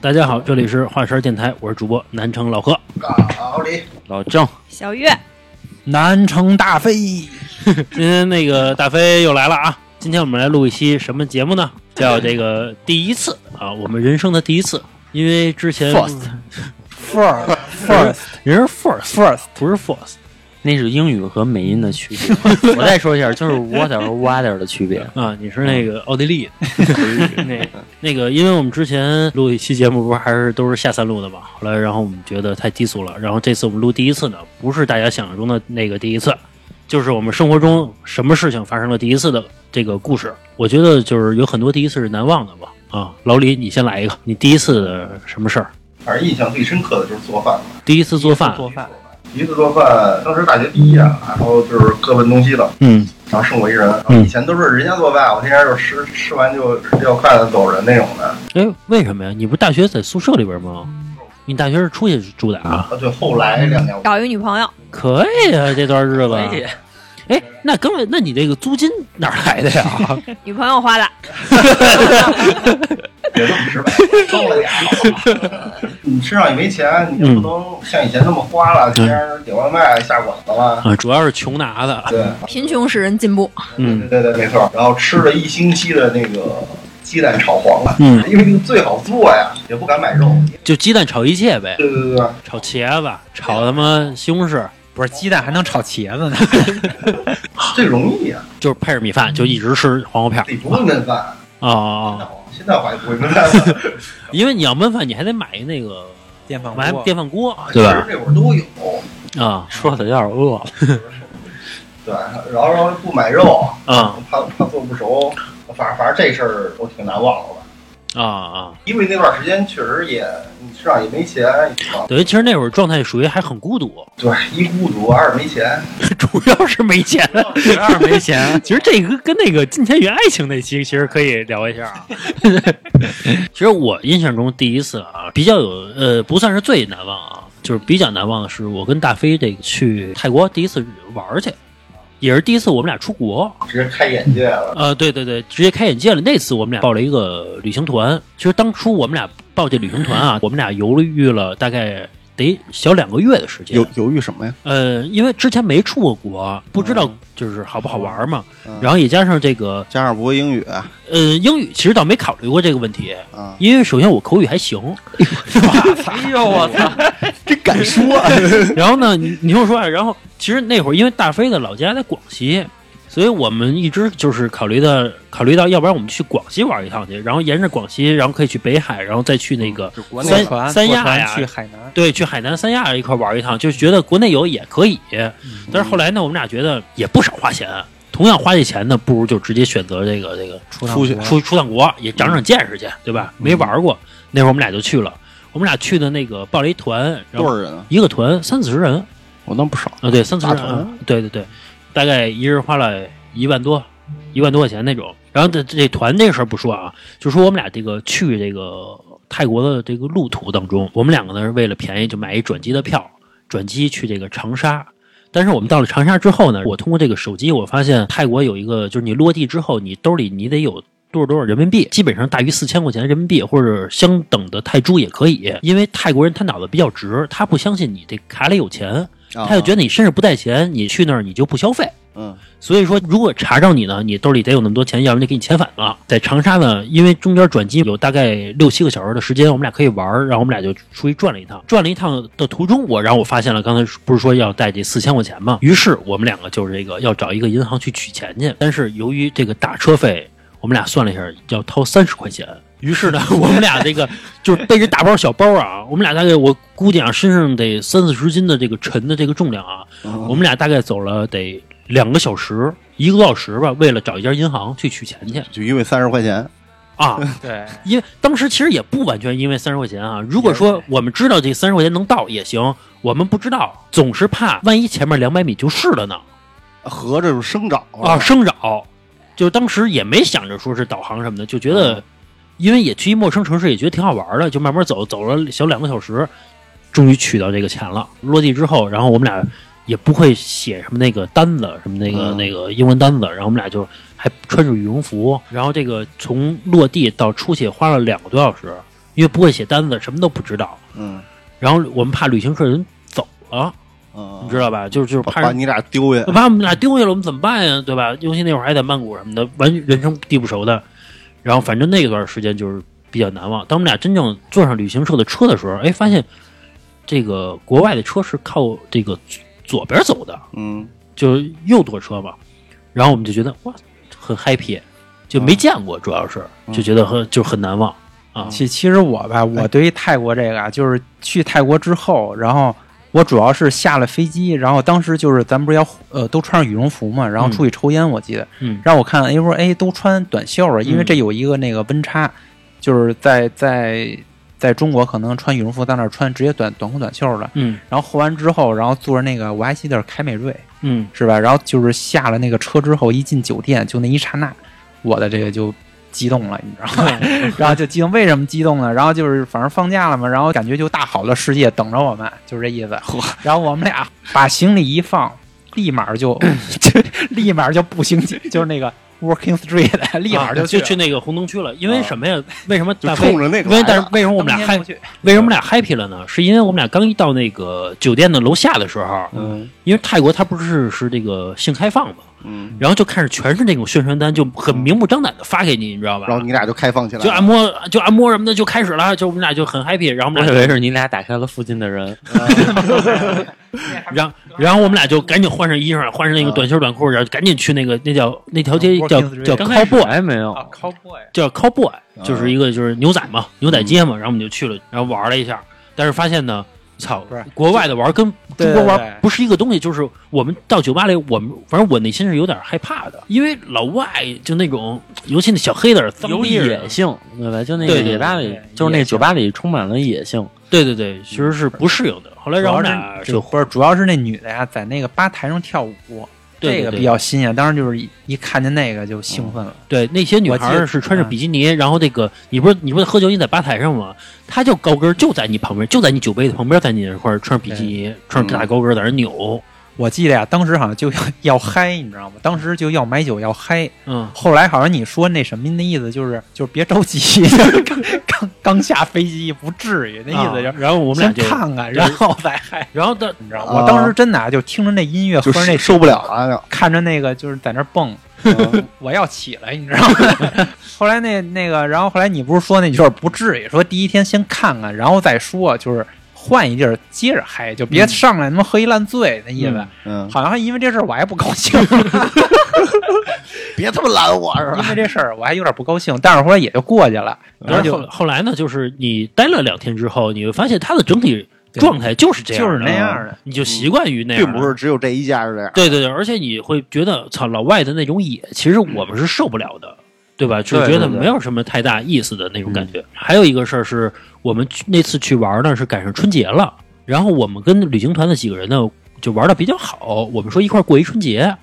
大家好，这里是华山电台，我是主播南城老何，老李，老郑，小月，南城大飞， 今天那个大飞又来了啊！今天我们来录一期什么节目呢？叫这个第一次啊，我们人生的第一次。因为之前 First first first 人是 first， first，不是 first 那是英语和美音的区别。我再说一下，就是 water 和 water 的区别。啊，你是那个奥地利的 那那个，因为我们之前录一期节目，不是还是都是下三路的嘛？后来然后我们觉得太低俗了，然后这次我们录第一次呢，不是大家想象中的那个第一次，就是我们生活中什么事情发生了第一次的这个故事。我觉得就是有很多第一次是难忘的吧。啊，老李，你先来一个，你第一次的什么事儿？反正印象最深刻的就是做饭了。第一次做饭，做饭，第一次做饭，当时大学毕业，然后就是各奔东西了，嗯，然后剩我一人。然后以前都是人家做饭，我天天就吃吃完就撂筷子走人那种的。哎，为什么呀？你不是大学在宿舍里边吗？你大学是出去住的啊？啊，对，后来两年我找一个女朋友，可以啊，这段日子。可以哎，那根本，那你这个租金哪儿来的呀？女朋友花的，别这么直白，受了点儿。你身上也没钱，你就不能像以前那么花了，天天点外卖下馆子了。 啊，主要是穷拿的。对，贫穷使人进步。嗯对对对，没错。然后吃了一星期的那个鸡蛋炒黄了，嗯，因为那个最好做呀，也不敢买肉。就鸡蛋炒一切呗，对对对对。炒茄子，炒他妈西红柿，不是鸡蛋还能炒茄 子呢，这容易啊，就是配着米饭，就一直吃黄瓜片儿自己不会焖饭。啊啊！啊现在我还不会 焖饭，因为你要焖饭，你还得买那个电饭买锅。电饭锅，其对实吧？这会儿都有。啊说的有点饿了。对，然后然后不买肉，啊怕怕做不熟，反正反正这事儿我挺难忘的吧。啊啊！因为那段时间确实也，你身上也没钱，等于其实那会儿状态属于还很孤独， 对，一孤独，二没钱，主要是没钱。 十二没 钱，其实这个跟那个《金钱与爱情》那期其实可以聊一下啊。 其实我印象中第一次啊，比较有呃，不算是最难忘啊，就是比较难忘的是我跟大飞这个去泰国第一次玩儿去，也是第一次我们俩出国。直接开眼界了。呃，对对对，直接开眼界了。那次我们俩报了一个旅行团，其实当初我们俩报这旅行团啊，我们俩犹豫了大概得小两个月的时间。犹犹豫什么呀？呃，因为之前没出过国，不知道就是好不好玩嘛。嗯然后也加上这个加上不会英语呃英语，其实倒没考虑过这个问题，啊，因为首先我口语还 行，哎呦我 操！这敢说？然后呢，你你听我说啊，然后其实那会儿因为大飞的老家在广西，所以我们一直就是考虑的考虑到，要不然我们去广西玩一趟去，然后沿着广西，然后可以去北海，然后再去那个就国三内船，三国亚船呀去海南，对，去海南三亚一块玩一趟，就是觉得国内游也可以。但是后来呢，我们俩觉得也不少花钱，同样花这钱呢，不如就直接选择这个这个出出去趟国出出趟国也长长见识去，对吧？没玩过，那会儿我们俩就去了。我们俩去的那个报了一团，然多后少人啊？一个团三四十人，我那不少。啊，对，三四十大人团啊，对对对，大概一人花了一万多，一万多块钱那种。然后这这团这事儿不说啊，就说我们俩这个去这个泰国的这个路途当中，我们两个呢是为了便宜就买一转机的票，转机去这个长沙。但是我们到了长沙之后呢，我通过这个手机，我发现泰国有一个，就是你落地之后，你兜里你得有多少多少人民币，基本上大于四千块钱人民币或者相等的泰铢也可以，因为泰国人他脑子比较直，他不相信你这卡里有钱，他就觉得，得你身上不带钱，你去那儿你就不消费。嗯，所以说，如果查着你呢，你兜里得有那么多钱，要不然就给你遣返了。在长沙呢，因为中间转机有大概六七个小时的时间，我们俩可以玩儿，然后我们俩就出去转了一趟。转了一趟的途中，我然后我发现了，刚才不是说要带这四千块钱吗？于是我们两个就是这个要找一个银行去取钱去，但是由于这个打车费，我们俩算了一下要掏三十块钱。于是呢，我们俩这个就是背着大包小包啊，我们俩大概我估计啊，身上得三四十斤的这个沉的这个重量啊，我们俩大概走了得两个小时，一个多小时吧，为了找一家银行去取钱去就因为三十块钱，啊。对，因为当时其实也不完全因为三十块钱啊，如果说我们知道这三十块钱能到也行，我们不知道，总是怕万一前面两百米就是了呢合着就生长了啊，生扰。就当时也没想着说是导航什么的，就觉嗯得，因为也去一陌生城市，也觉得挺好玩的，就慢慢走，走了小两个小时，终于取到这个钱了。落地之后，然后我们俩也不会写什么那个单子，什么那个、嗯那个英文单子，然后我们俩就还穿着羽绒服，然后这个从落地到出去花了两个多小时，因为不会写单子，什么都不知道。嗯然后我们怕旅行社人走了，嗯，你知道吧？就是就是把怕把人你俩丢下，把我们俩丢下了，我们怎么办呀？对吧？尤其那会儿还在曼谷什么的，完人生地不熟的。然后反正那段时间就是比较难忘。当我们俩真正坐上旅行社的车的时候，哎，发现这个国外的车是靠这个左左边走的，嗯，就是右舵车嘛。然后我们就觉得哇，很 happy，就嗯没见过，主要是就觉得很就很难忘啊。其其实我哎吧，我对于泰国这个啊，就是去泰国之后，然后我主要是下了飞机，然后当时就是咱们不是要呃都穿上羽绒服嘛，然后出去抽烟，我记得，嗯让我看，哎我说哎都穿短袖啊，因为嗯这有一个那个温差，就是在在在中国可能穿羽绒服，在那儿穿直接短短裤短袖的，嗯然后换完之后，然后坐着那个我还记得是凯美瑞嗯是吧？然后就是下了那个车之后，一进酒店就那一刹那，我的这个就激动了，你知道吗？ 然后就激动，为什么激动呢？然后就是反正放假了嘛，然后感觉就大好的世界等着我们，就是这意思。然后我们俩把行李一放，立马 就立马就步行，就是那 个 Working Street，立马啊就去。去那个红灯区了，因为什么呀？为什么啊就大飞冲？着那因个来为的，但是为什么我们俩当嗨天不？去为什么我们俩 happy 了呢？是因为我们俩刚一到那个酒店的楼下的时候，嗯因为泰国它不是是这个性开放嘛，嗯，然后就开始全是那种宣传单，就很明目张胆的发给你，你知道吧？然后你俩就开放起来就按了，摩就按摩什么的就开始了，就我们俩就很 happy，然后我我们以俩为是你俩打开了附近的 人，然后然后我们俩就赶紧换上衣裳，换上那个短袖短裤，然后赶紧去那个那叫那条街啊叫嗯 Walking Street 叫刚开 Cowboy 始还没有，啊，Cowboy，叫 Cowboy，就是嗯一个就是牛仔嘛，牛仔街嘛，然后我们就去了，然后玩了一下，但是发现呢，操不是，国外的玩跟对中国对玩对不是一个东西，就是我们到酒吧里，我们反正我内心是有点害怕的，因为老外就那种，尤其那小黑子儿脏有啊逼人野性，对吧？就那对个对酒吧里对，就是那野个性酒吧里充满了野性，对对对，其实是不适应的。后来嗯主让我要们是俩就就不是，主要是那女的呀，在那个吧台上跳舞，对这对个对比较新鲜。当时就是一一看见那个就兴奋了，对那些女我孩记儿得是穿着嗯比基尼，然后那个你不是你不是喝酒你在吧台上吗？她就高跟儿就在你旁边，就在你酒杯的旁边，在你那块儿穿着比基尼，穿着大高跟儿在那扭，我记得呀，当时好像就要要嗨，你知道吗？当时就要买酒要嗨。嗯。后来好像你说那什么那意思就是就是别着急， 就是刚刚刚下飞机不至于，那意思就是啊然后我们俩先就，看看，对然后再嗨。然后的你知道啊吗，我当时真的啊就听着那音乐，喝就着那受受不了了，看着那个就是在那儿蹦，嗯我要起来，你知道吗？ 后来那那个，然后后来你不是说那就是不至于，说第一天先看看，然后再说，就是换一地儿接着嗨，就别上来他妈喝一烂醉那意思。嗯，好像还因为这事儿我还不高兴，别他妈拦 我是吧？因为这事儿我还有点不高兴，但是后来也就过去了。然然后嗯后就后后来呢，就是你待了两天之后，你会发现他的整体状态就是这样，就是那，样嗯的，你就习惯于那样，并不是。只有这一家是这样，对对对，而且你会觉得，操，老外的那种野，其实我们是受不了的，对吧？就嗯对觉得对对嗯没有什么太大意思的那种感觉。还有一个事儿是我们去那次去玩呢，是赶上春节了，然后我们跟旅行团的几个人呢，就玩的比较好，我们说一块儿过一春节。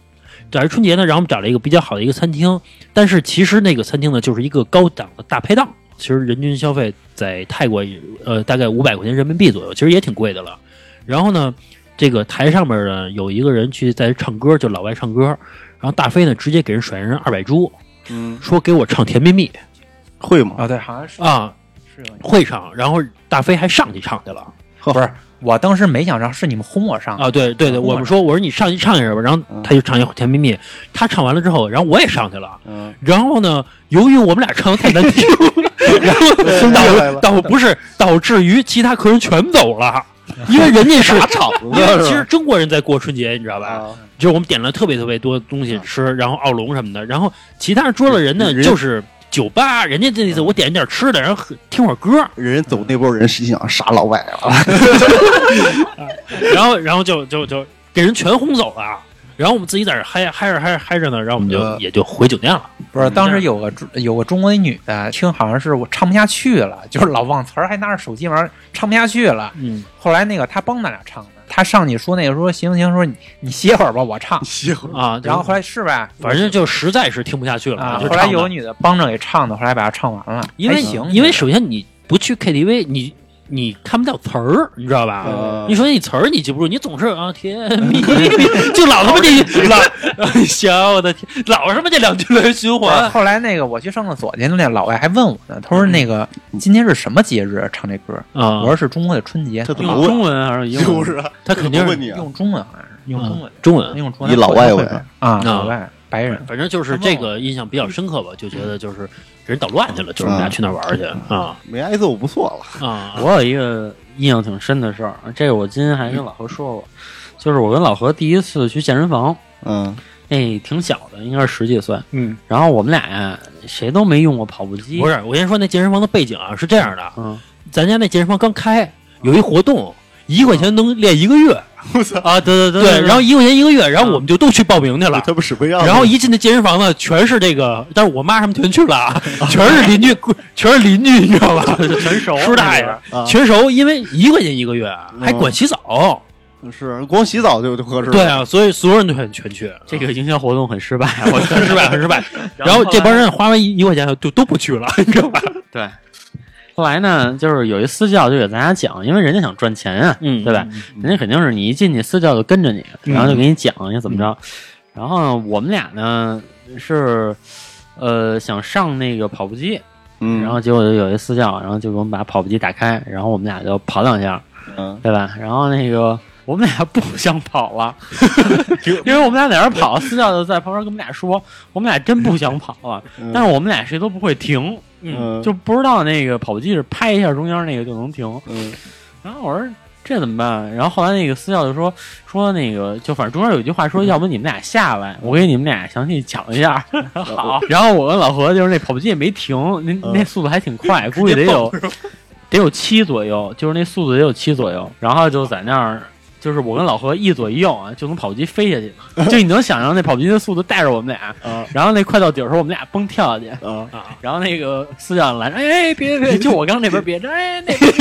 找一春节呢，然后我们找了一个比较好的一个餐厅，但是其实那个餐厅呢，就是一个高档的大排档，其实人均消费在泰国也呃大概五百块钱人民币左右，其实也挺贵的了。然后呢，这个台上面呢有一个人去在这唱歌，就老外唱歌，然后大飞呢直接给人甩人二百铢，嗯，说给我唱《甜蜜蜜会吗？啊，对，好像是》啊，是有会唱，然后大飞还上去唱去了不是？我当时没想上，是你们轰我上的。啊，对对对，我我们说我说你上去唱一下吧，然嗯后他就唱一《甜蜜蜜》，他唱完了之后，然后我也上去了。嗯，然后呢？由于我们俩唱的太难 听，然后导导不是导致于其他客人全走了，因为人家是打场子因为其是实中国人在过春节，你知道吧？吧？啊就是我们点了特别特别多东嗯西吃，然后奥龙什么的，然后其他桌的人呢，人就是酒吧，人家这意思我点一点吃的，然后听会儿 歌，人走那波人心想杀老外啊了，然后然后就就就给人全轰走了，然后我们自己在这儿嗨嗨着嗨着嗨着呢，然后我们就、嗯也就回酒店了。不是，当时有个中有个中国一女的，听好像是我唱不下去了，就是老忘词儿，还拿着手机玩儿，唱不下去了。嗯，后来那个她帮咱俩唱的，她上去说那个说行行，说你你歇会儿吧，我唱。歇会儿啊，然后后来来是吧，反正就实在是听不下去了，啊，就后来唱有吧个女的帮着给唱的，后来把她唱完了，因为还行，因为首先你不去 KTV，你你看不到词儿，你知道吧？嗯你说你词儿你记不住，你总是啊甜 蜜，就老他妈 这老，哎呀我的天，老他妈这两句来循不是 环。后来那个我去上厕所去，那老外还问我呢，他说那个嗯今天是什么节日唱这歌？啊我说是中国的春节，他怎么用中文还是英文？就是啊他肯定我是问你啊，用中文好像是用中文，中嗯文，用中文。以老外为嗯啊，老外白人，反正就是这个印象比较深刻吧，就觉得就是人捣乱去了，就是我们俩去那玩儿去啊没挨揍不错了。啊我有一个印象挺深的事儿，这个我今天还跟老何说过，就是我跟老何第一次去健身房，嗯，那挺小的，应该是十几岁，嗯，然后我们俩呀，谁都没用过跑步机，不，是，我先说那健身房的背景啊，是这样的，嗯，咱家那健身房刚开，有一活动，一块钱能练一个月，啊，对对对，然后一块钱一个月，然后嗯我们就都去报名去了。他不使不要，然后一进那健身房呢，全是这个，但是我妈他们全去了啊，全是邻居， 全是邻居，你知道吧？全熟叔大爷啊嗯全熟，因为一块钱一个月啊，还管洗澡，是光洗澡就就合适。对，啊，所以所有人都很全去，这个营销活动很失败，我我很失败，很失 败。然后这帮人花完一一块钱就都不去了，你知道吧？对。后来呢，就是有一私教就给大家讲，因为人家想赚钱啊，嗯对吧？人家肯定是你一进去，私教就跟着你，然后就给你讲你怎么嗯着。然后呢我们俩呢是，呃，想上那个跑步机，嗯，然后结果就有一私教，然后就给我们把跑步机打开，然后我们俩就跑两下，嗯对吧？然后那个我们俩不想跑 了，因为我们俩在那儿跑，私教就在旁边跟我们俩说，我们俩真不想跑了，嗯但是我们俩谁都不会停，嗯就不知道那个跑步机是拍一下中间那个就能停。嗯然后我说这怎么办？然后后来那个私教就说说那个就反正中间有一句话 说，要不你们俩下来，我给你们俩详细讲一下。好，然后我跟老何就是那跑步机也没停，那嗯那速度还挺 快，估计得有得有七左右，就是那速度得有七左右。然后就在那儿。就是我跟老何一左一右啊，就从跑步机飞下 去了。就你能想象那跑步机的速度带着我们俩，啊然后那快到底儿的时候，我们俩蹦跳下去，啊，然后那个司长拦着，哎，别别 别，就我刚那边别着，哎，那边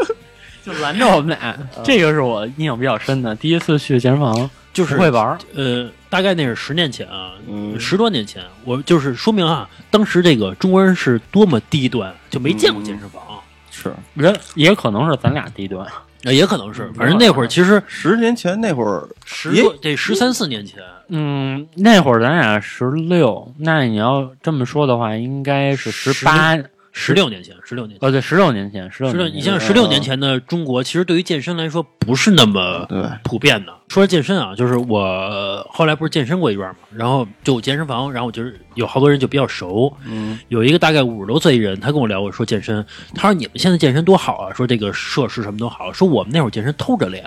就拦着我们俩。这个是我印象比较深的，第一次去健身房就不是会玩儿，呃，大概那是十年前啊，嗯十多年前，我就是说明啊，当时这个中国人是多么低端，就没见过健身房，是人也可能是咱俩低端，呃也可能是，反正那会儿其实哎十年前那会儿，十也多得十三四年前，嗯，那会儿咱俩十六，那你要这么说的话，应该是十八，十六年前，十六年前。哦，对，十六年前，十六十六，年你前，像十六年前的中国，其实对于健身来说不是那么对，普遍的。说健身啊，就是我呃后来不是健身过一段嘛，然后就有健身房，然后我就是有好多人就比较熟，嗯有一个大概五十多岁一人，他跟我聊，我说健身，他说你们现在健身多好啊，说这个设施什么都好，说我们那会儿健身偷着练，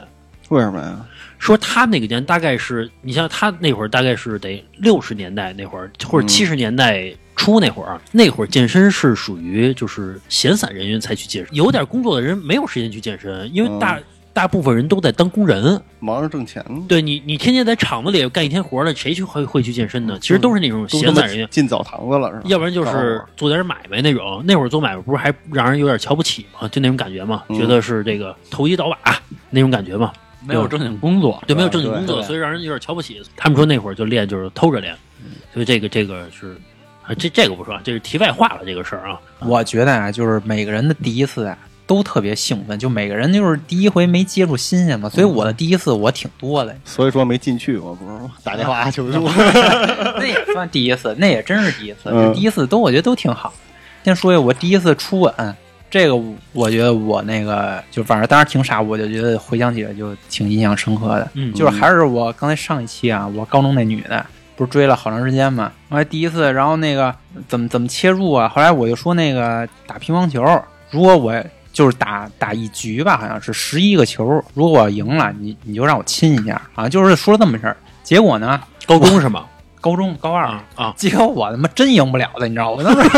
为什么呀？说他那个年大概是你像他那会儿大概是得六十年代那会儿或者嗯七十年代。初那会儿，啊，那会儿健身是属于就是闲散人员才去健身，有点工作的人没有时间去健身，因为大、嗯大部分人都在当工人。忙着挣钱呢，对你，你天天在厂子里干一天活儿了，谁去会会去健身呢？其实都是那种都闲他妈散人员，进澡堂子了是吧？要不然就干是活做点买卖那种。那会儿做买卖不是还让人有点瞧不起嘛，就那种感觉嘛，嗯觉得是这个投机倒把啊那种感觉嘛，没有正经工作，啊对，没有正经对工作，对所以让人有点瞧不起。他们说那会儿就练就是偷着练，所以这个这个是。啊，这这个不说，这是题外话了，这个事儿啊，嗯我觉得啊，就是每个人的第一次啊，都特别兴奋，就每个人就是第一回没接触新鲜嘛，所以我嗯的第一次我挺多的，所以说没进去，我不是吗打电话求助。 那也算第一次，那也真是第一次，嗯就第一次都我觉得都挺好。先说一下我第一次初吻，这个我觉得我那个就反正当时挺傻，我就觉得回想起来就挺印象深刻的。嗯就是还是我刚才上一期啊，我高中那女的不是追了好长时间嘛，后来第一次，然后那个怎么怎么切入啊？后来我就说那个打乒乓球，如果我就是打打一局吧，好像是十一个球，如果我赢了，你你就让我亲一下，好像就是说了这么事儿。结果呢，高中是吗？高中高二啊啊，结果我他妈真赢不了的，你知道 吗？我当时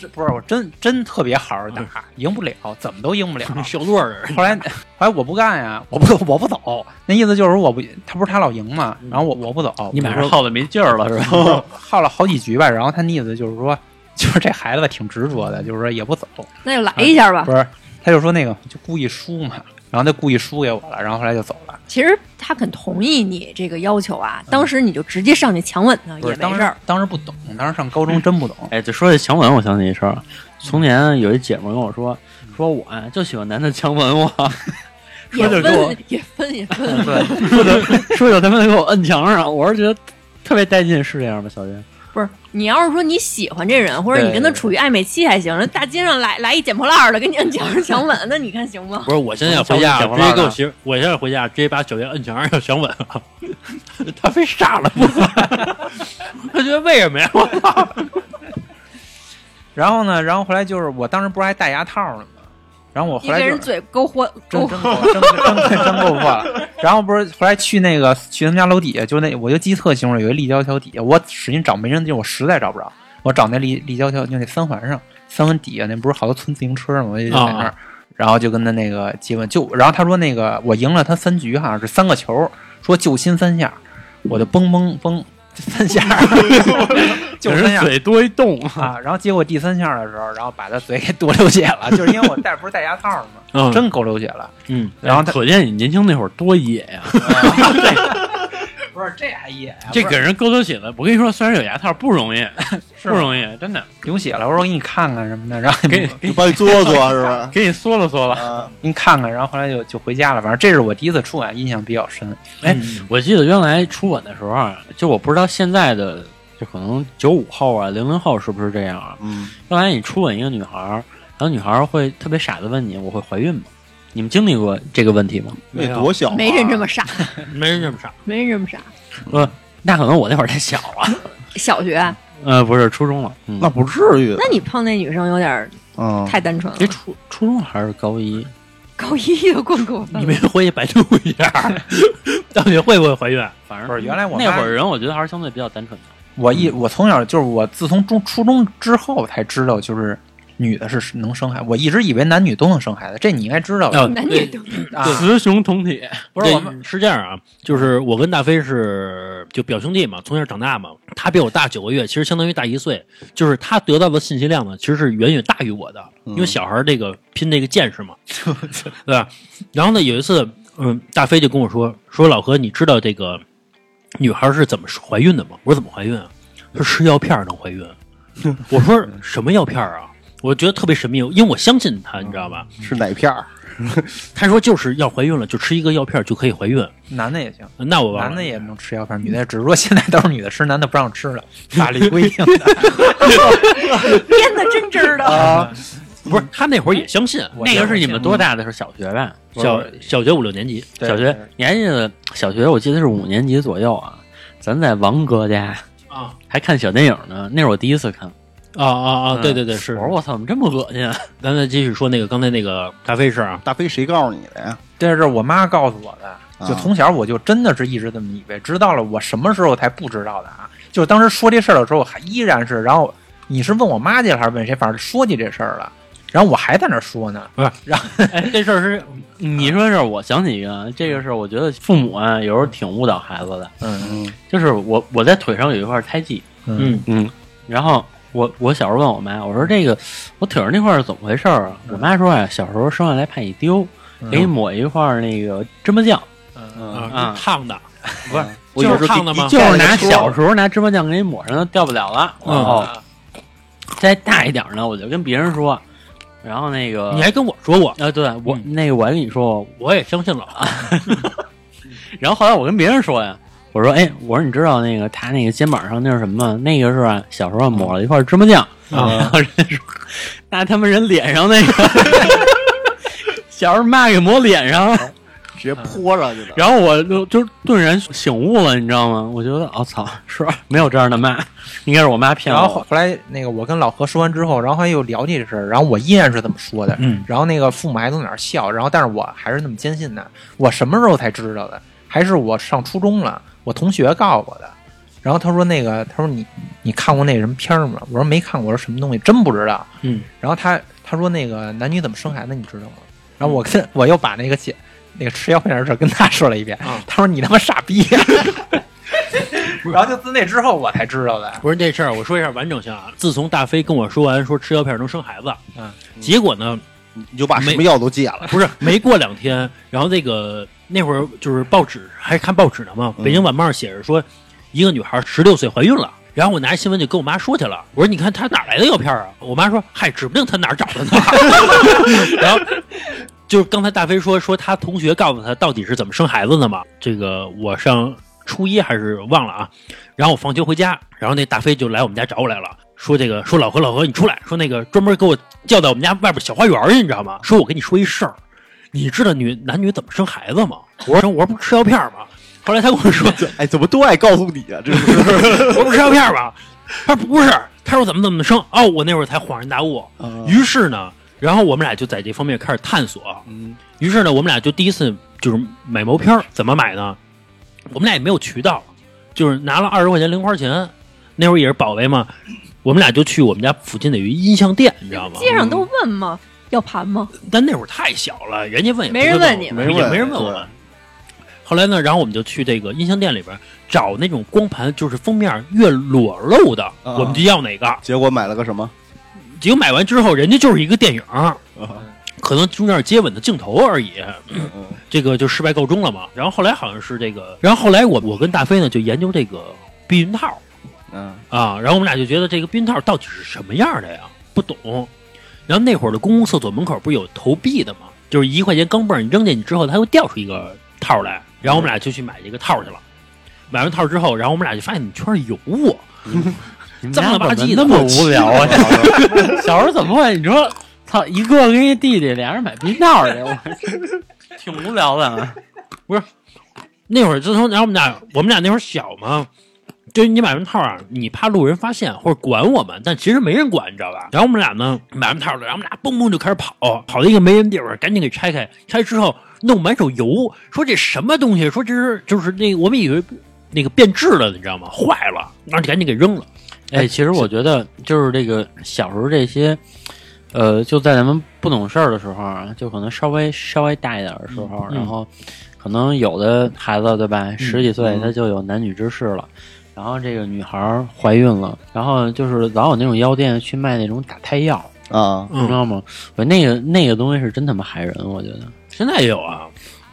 这不是我真真特别好好打， 赢不了，怎么都赢不了。小乐儿，后来后来我不干呀，我不我不走，那意思就是我不他不是他老赢嘛，嗯然后我我不走，你我买说耗的没劲儿了是吧？耗了好几局吧，然后他那意思就是说，就是这孩子吧挺执着的，嗯就是说也不走，那就来一下吧不。是他就说那个就故意输嘛，然后就故意输给我了，然后后来就走了。其实他肯同意你这个要求啊，当时你就直接上去强吻他不也是当没事时儿。当时不懂，当时上高中真不懂，哎，就说起强吻，我想起一事儿，从前有一姐们儿跟我说，说我呀就喜欢男的强吻我，也说就给我分 也分也分，对，说的 说有他们给我摁墙上，我是觉得特别带劲，是这样吗？小云，不是你要是说你喜欢这人，或者你跟他处于暧昧期还行，人大街上来来一捡破烂儿的，给你摁脚上强 吻，那你看行吗？ 不是，我现在回家直接给我媳妇，我现在回家直接把小月摁墙上要强吻了， 他非傻了不？ 他觉得为什么呀？我然后呢，然后回来就是我当时不是还戴牙套呢吗？然后我回一来被就人嘴勾豁真勾真够真真真真够破了。然后不是后来去那个去他们家楼底下，就那我就记特清楚，有一立交桥底下，我使劲找没人的地儿，我实在找不着，我找那立立交桥就那三环上，三环底下那不是好多村自行车吗？我就在那儿。然后就跟他那个接吻，就然后他说那个我赢了他三局，好像是三个球，说就亲三下，我就嘣嘣嘣三下，就有三人下，嘴多一动， 啊，然后结果第三下的时候，然后把他嘴给剁流血了，就是因为我戴不是戴牙套了吗？嗯 真够流血了。嗯，然后他可见你年轻那会儿多野呀、不是 这还野呀这给人勾头血了。我跟你说，虽然有牙套不容易，不容易，真的流血了，我说我给你看看什么的，然后给给给把你嘬嘬是吧？给你缩了缩了。啊，你看看，然后后来就就回家了。反正这是我第一次出来，印象比较深。哎，我记得原来初吻的时候啊，就我不知道现在的，就可能九五后啊、零零后是不是这样啊？嗯，原来你初吻一个女孩儿，然后女孩儿会特别傻的问你：“我会怀孕吗？”你们经历过这个问题吗？那多小啊，没人这么傻，没人这么傻。没人这么傻。那可能我那会儿太小了，小学，呃，不是初中了，嗯那不至于那你碰那女生有点儿啊。太单纯了这。初初中还是高一？高一就过过分你了没，回去百度一下， 到底会不会怀孕？反正不是原来我妈那会儿人，我觉得还是相对比较单纯的。我一我从小就是我自从中初中之后才知道，就是女的是能生孩子。我一直以为男女都能生孩子，这你应该知啊道的男女都啊。雌雄同体，不是是我们是这样啊，就是我跟大飞是就表兄弟嘛，从小长大嘛，他比我大九个月，其实相当于大一岁，就是他得到的信息量呢，其实是远远大于我的，因为小孩儿这个拼这个见识嘛，对吧？然后呢，有一次，嗯，大飞就跟我说，说老何，你知道这个女孩是怎么怀孕的吗？我说怎么怀孕啊？他说吃药片儿能怀孕。我说什么药片儿啊？我觉得特别神秘，因为我相信他，你知道吧？是哪片儿？他说就是要怀孕了，就吃一个药片儿就可以怀孕。男的也行，那我忘了，男的也能吃药片，女的也只是说现在都是女的吃，男的不让吃了，法律规定的。编的真真儿 的。啊不是，他那会儿也相信。我那见个过是你们多大的时候？小学吧？小小学五六年级，对小学，你还记得小学？我记得是五年级左右啊。咱在王哥家啊还看小电影呢，那是我第一次看。啊啊啊！嗯对对对，是我。说我操，怎么这么恶心啊？咱再继续说那个刚才那个咖啡事儿啊，大飞谁告诉你的呀？这是我妈告诉我的，啊就从小我就真的是一直这么以为，直到了我什么时候才不知道的啊？就是当时说这事儿的时候，我还依然是，然后你是问我妈去了还是问谁？反正说起这事儿了，然后我还在那儿说呢，哎这事儿是 你说这，我想起一个，这个是我觉得父母啊，有时候挺误导孩子的。嗯就是我我在腿上有一块胎记，嗯嗯，然后我我小时候问我妈，我说这个我腿上那块儿是怎么回事儿啊？我妈说啊，小时候生下来怕你丢，给你抹一块儿那个芝麻酱，嗯，啊，嗯烫的，不是，我就有是时候烫的吗一就是拿小时候拿芝麻酱给你抹上，掉不了了。嗯哦，再大一点儿呢，我就跟别人说，然后那个你还跟我说过，啊，对我嗯那个我还跟你说，我也相信 了。然后后来我跟别人说呀，我说哎，我说你知道那个他那个肩膀上那是什么吗？那个是吧小时候抹了一块芝麻酱，然后人家说那他们人脸上那 个小时候妈给抹脸上，直接泼上去的。然后我就就顿然醒悟了，你知道吗？我觉得我操，是没有这样的妈，应该是我妈骗然后后我。后来那个我跟老何说完之后，然后还又聊起这事儿，然后我依然是这么说的，嗯然后那个父母还都在那儿笑，然后但是我还是那么坚信的。我什么时候才知道的？还是我上初中了，我同学告诉我的。然后他说那个，他说你你看过那什么片儿吗？我说没看过，我说什么东西真不知道。嗯，然后他他说那个男女怎么生孩子你知道吗？然后我跟我又把那个姐那个吃药片的事儿跟他说了一遍，啊他说你他妈傻逼、 然后就自那之后我才知道的。不是这事儿，我说一下完整性啊。自从大飞跟我说完说吃药片能生孩子，嗯，结果呢，你就把没什么药都戒了。 不是没过两天，然后那个那会儿就是报纸还看报纸呢嘛，嗯《北京晚报》上写着说，一个女孩十六岁怀孕了，然后我拿着新闻就跟我妈说去了，我说你看他哪来的药片啊？我妈说嗨，指不定他哪儿找的呢。 然后就是刚才大飞说说他同学告诉他到底是怎么生孩子的嘛，这个我上初一还是忘了啊。然后我放学回家，然后那大飞就来我们家找我来了，说这个说老何老何你出来，说那个专门给我叫到我们家外边小花园去，你知道吗？说我跟你说一事儿，你知道女男女怎么生孩子吗？我说我说不是吃药片儿吗？后来他跟我说， 哎，怎么都爱告诉你啊？这是我说不是药片儿吧？他说不是，他说怎么怎么生哦，我那会儿才恍然大悟。于是呢，然后我们俩就在这方面开始探索。嗯，于是呢，我们俩就第一次就是买毛片儿，怎么买呢？我们俩也没有渠道，就是拿了二十块钱零花钱，那会儿也是宝贝嘛。我们俩就去我们家附近的一音像店，你知道吗？街上都问吗？要盘吗？但那会儿太小了，人家问也不没人会问你我们没也问没人问我们。后来呢，然后我们就去这个音像店里边找那种光盘，就是封面越裸露的，我们就要哪个。结果买了个什么？结果买完之后，人家就是一个电影，可能中间接吻的镜头而已，这个就失败告终了嘛。然后后来好像是这个，然后后来我我跟大飞呢就研究这个避孕套，嗯，啊，然后我们俩就觉得这个避孕套到底是什么样的呀？不懂。然后那会儿的公共厕所门口不是有投币的吗？就是一块钱钢镚儿，你扔进去之后，它会掉出一个套来。然后我们俩就去买这个套去了。买完套之后，然后我们俩就发现怎么圈儿有我，脏了吧唧的那么无聊 啊！小时候，小时候怎么会？你说，操，一个跟一弟弟俩人买避孕套去，我挺无聊的啊。那会儿自从然后我们俩我们俩那会儿小嘛，就是你买完套啊，你怕路人发现或者管我们，但其实没人管，你知道吧？然后我们俩呢买完套了，然后我们俩蹦蹦就开始跑，跑到一个没人地方，赶紧给拆开，拆之后弄满手油，说这什么东西？说这是就是那个我们以为那个变质了，你知道吗？坏了，然后就赶紧给扔了。哎，其实我觉得就是这个小时候这些，呃，就在咱们不懂事儿的时候啊，就可能稍微稍微大一点的时候，嗯然后可能有的孩子对吧，十几岁嗯他就有男女之事了。然后这个女孩儿怀孕了，然后就是老有那种药店去卖那种打胎药，啊，你知嗯道吗？我那个那个东西是真他妈害人，我觉得现在也有啊，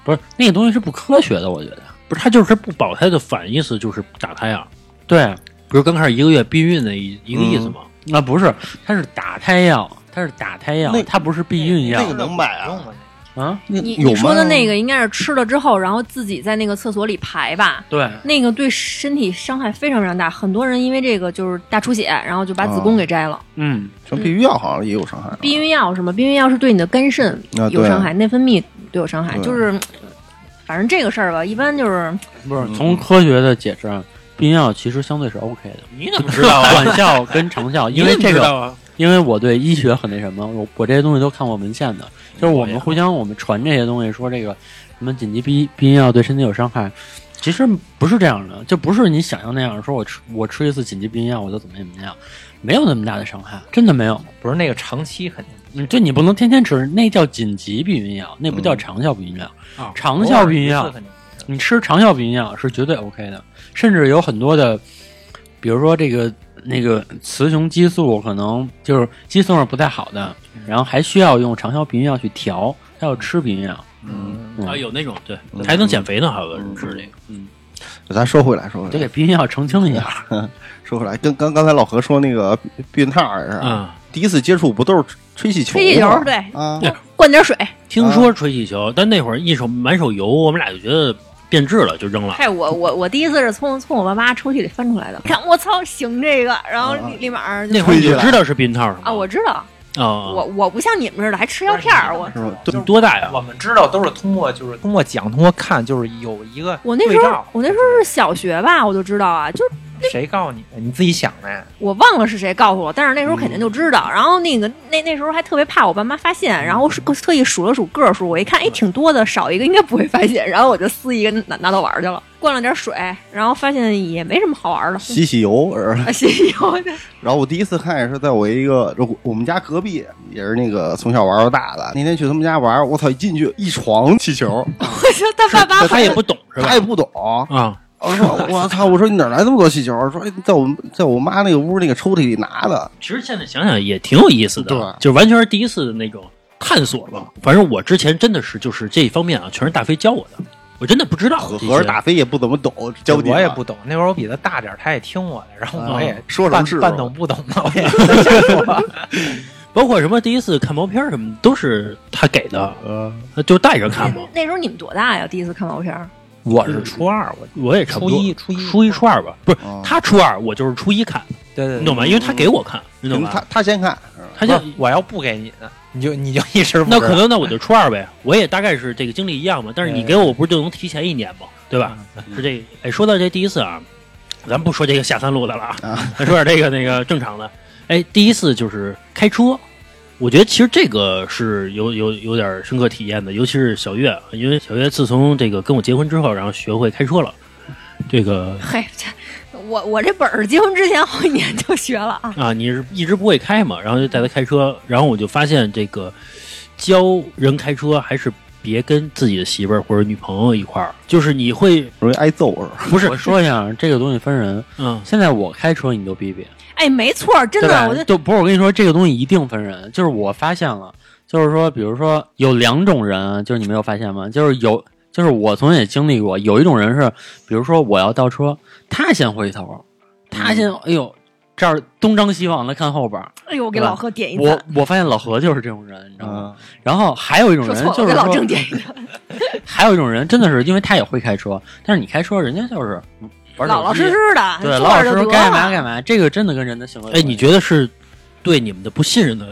不是那个东西是不科学的，我觉得不是他就是不保胎的反义词就是打胎啊，对，不是刚开始一个月避孕的一一个意思吗？啊，不是，它是打胎药，它是打胎药那，它不是避孕药那个能买啊不用了啊。你嗯有你说的吗那个应该是吃了之后，然后自己在那个厕所里排吧。对，那个对身体伤害非常非常大，很多人因为这个就是大出血，然后就把子宫给摘了。啊嗯，什么避孕药好像也有伤害啊。避孕药什么？避孕药是对你的肝肾啊有对伤害，内分泌都有伤害。对就是，嗯反正这个事儿吧，一般就是不嗯是，从科学的解释啊，避孕药其实相对是 OK 的，你怎么知道啊？短效跟 长效，因为你怎么这知个道，啊，因为我对医学很那什么，我我这些东西都看过文献的，就是我我也们互相我们传这些东西，说这个什么紧急避避孕药对身体有伤害，其实不是这样的，就不是你想象那样，说我吃我吃一次紧急避孕药我就怎么怎么样，没有那么大的伤害，真的没有。不是那个长期肯定嗯，对你不能天天吃，那叫紧急避孕药，那不叫长效避孕药。啊长效避孕偶药尔一次，肯定你吃长效避孕药是绝对 OK 的，甚至有很多的，比如说这个那个雌雄激素可能就是激素是不太好的，然后还需要用长效避孕药去调，还要吃避孕药。嗯，啊，有那种对，还能减肥呢，好多人吃这个。咱说回来，说就给回来，避孕药澄清一下，说回来，跟刚刚才老何说那个避避孕套儿是啊嗯，吧，第一次接触不都是吹气球吗？吹气球，对，啊，灌点水。听说吹气球，但那会儿一手满手油，我们俩就觉得变质了，就扔了。嗨，我我我第一次是从从我爸妈抽屉里翻出来的， 看我操，行这个，然啊后立立马儿就那会儿你吹起来知道是避孕套是吗？啊，我知道，啊，我我不像你们似的还吃药片儿，我是吧？你多大呀？我们知道都是通过就是通过讲通过看，就是有一个我那时对候照我那时候是小学吧，我就知道啊，就谁告诉你的？你自己想的呀。我忘了是谁告诉我，但是那时候肯定就知道。然后那个那那时候还特别怕我爸妈发现，然后是特意数了数个数，我一看，哎，挺多的，少一个应该不会发现。然后我就撕一个 拿拿到玩儿去了，灌了点水，然后发现也没什么好玩儿的。 洗洗油，是吧啊，谢谢我的然后我第一次看也是在我一个我我们家隔壁，也是那个从小玩到大的。那天去他们家玩，我操，一进去一床气球，我就他爸妈他也不懂是吧他？也不懂。啊，我说我操，我说你哪来那么多气球？说哎在我们在我妈那个屋那个抽屉里拿的。其实现在想想也挺有意思的，对就是完全是第啊一次的那种探索吧。反正我之前真的是就是这一方面啊，全是大飞教我的。我真的不知道合这些。合着打飞也不怎么懂对交底，我也不懂。那会儿我比他大点儿，他也听我的，然后啊我也啊说什半么是半懂不懂的，我也说。包括什么第一次看毛片儿什么，都是他给的，呃，就带着看嘛。那时候你们多大呀？第一次看毛片儿？ 我是初二，我我也差不多，初一初一初一初二吧，不是哦他初二，我就是初一看，对对你懂吗？因为他给我看，你懂他吗？他先看，他就我要不给你呢，你就你就一直不那知可道能那我就初二呗，我也大概是这个经历一样嘛。但是你给我不是就能提前一年嘛，对吧？嗯是这个。哎，说到这第一次啊，咱不说这个下三路的了啊，咱说点这个那个正常的。哎，第一次就是开车，我觉得其实这个是有有有点深刻体验的，尤其是小月，因为小月自从这个跟我结婚之后，然后学会开车了。这个嘿，这我我这本儿结婚之前好几年就学了啊。啊，你是一直不会开嘛，然后就带他开车，然后我就发现这个教人开车还是别跟自己的媳妇儿或者女朋友一块儿，就是你会容易挨哎揍是吧？不是 我说一下，这个东西分人。嗯现在我开车，你就逼逼，哎，没错儿，真对的，吧我就？就不是我跟你说，这个东西一定分人。就是我发现了，就是说，比如说有两种人，啊就是你没有发现吗？就是有，就是我从前也经历过，有一种人是，比如说我要倒车，他先回头，他嗯先，哎呦，这儿东张西望的看后边儿。哎呦，我给对吧老贺点一我赞，我发现老何就是这种人，你知道吗？嗯，然后还有一种说人错了，就我是给老说郑点一赞，还有一种人真的是因为他也会开车，但是你开车，人家就是玩手老老机实实的，对，坐老老着实就实得该干嘛了干嘛，这个真的跟人的行为有哎，关系。你觉得是对你们的不信任的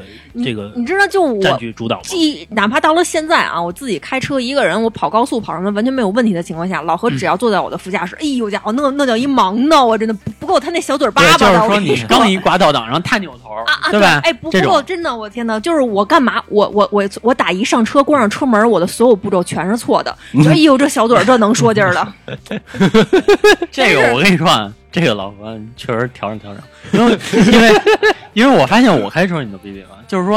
这个你知道，就我占据主导吗？既哪怕到了现在啊，我自己开车一个人，我跑高速跑什么完全没有问题的情况下，老嗯何只要坐在我的副驾驶，哎呦家伙，那那叫一忙呢，我真的不不够他那小嘴巴对，巴就的。是我说跟你说。刚一挂倒档，然后他扭头，啊啊，对吧？哎，不这不过种真的，我天呐，就是我干嘛？我我我我打一上车，关上车门，我的所有步骤全是错 的。你说，哎呦，这小嘴儿这能说劲儿的，这但个是我跟你说啊，这个老何你确实调整调整，因 为因为因为我发现我开车你都逼逼了，就是说。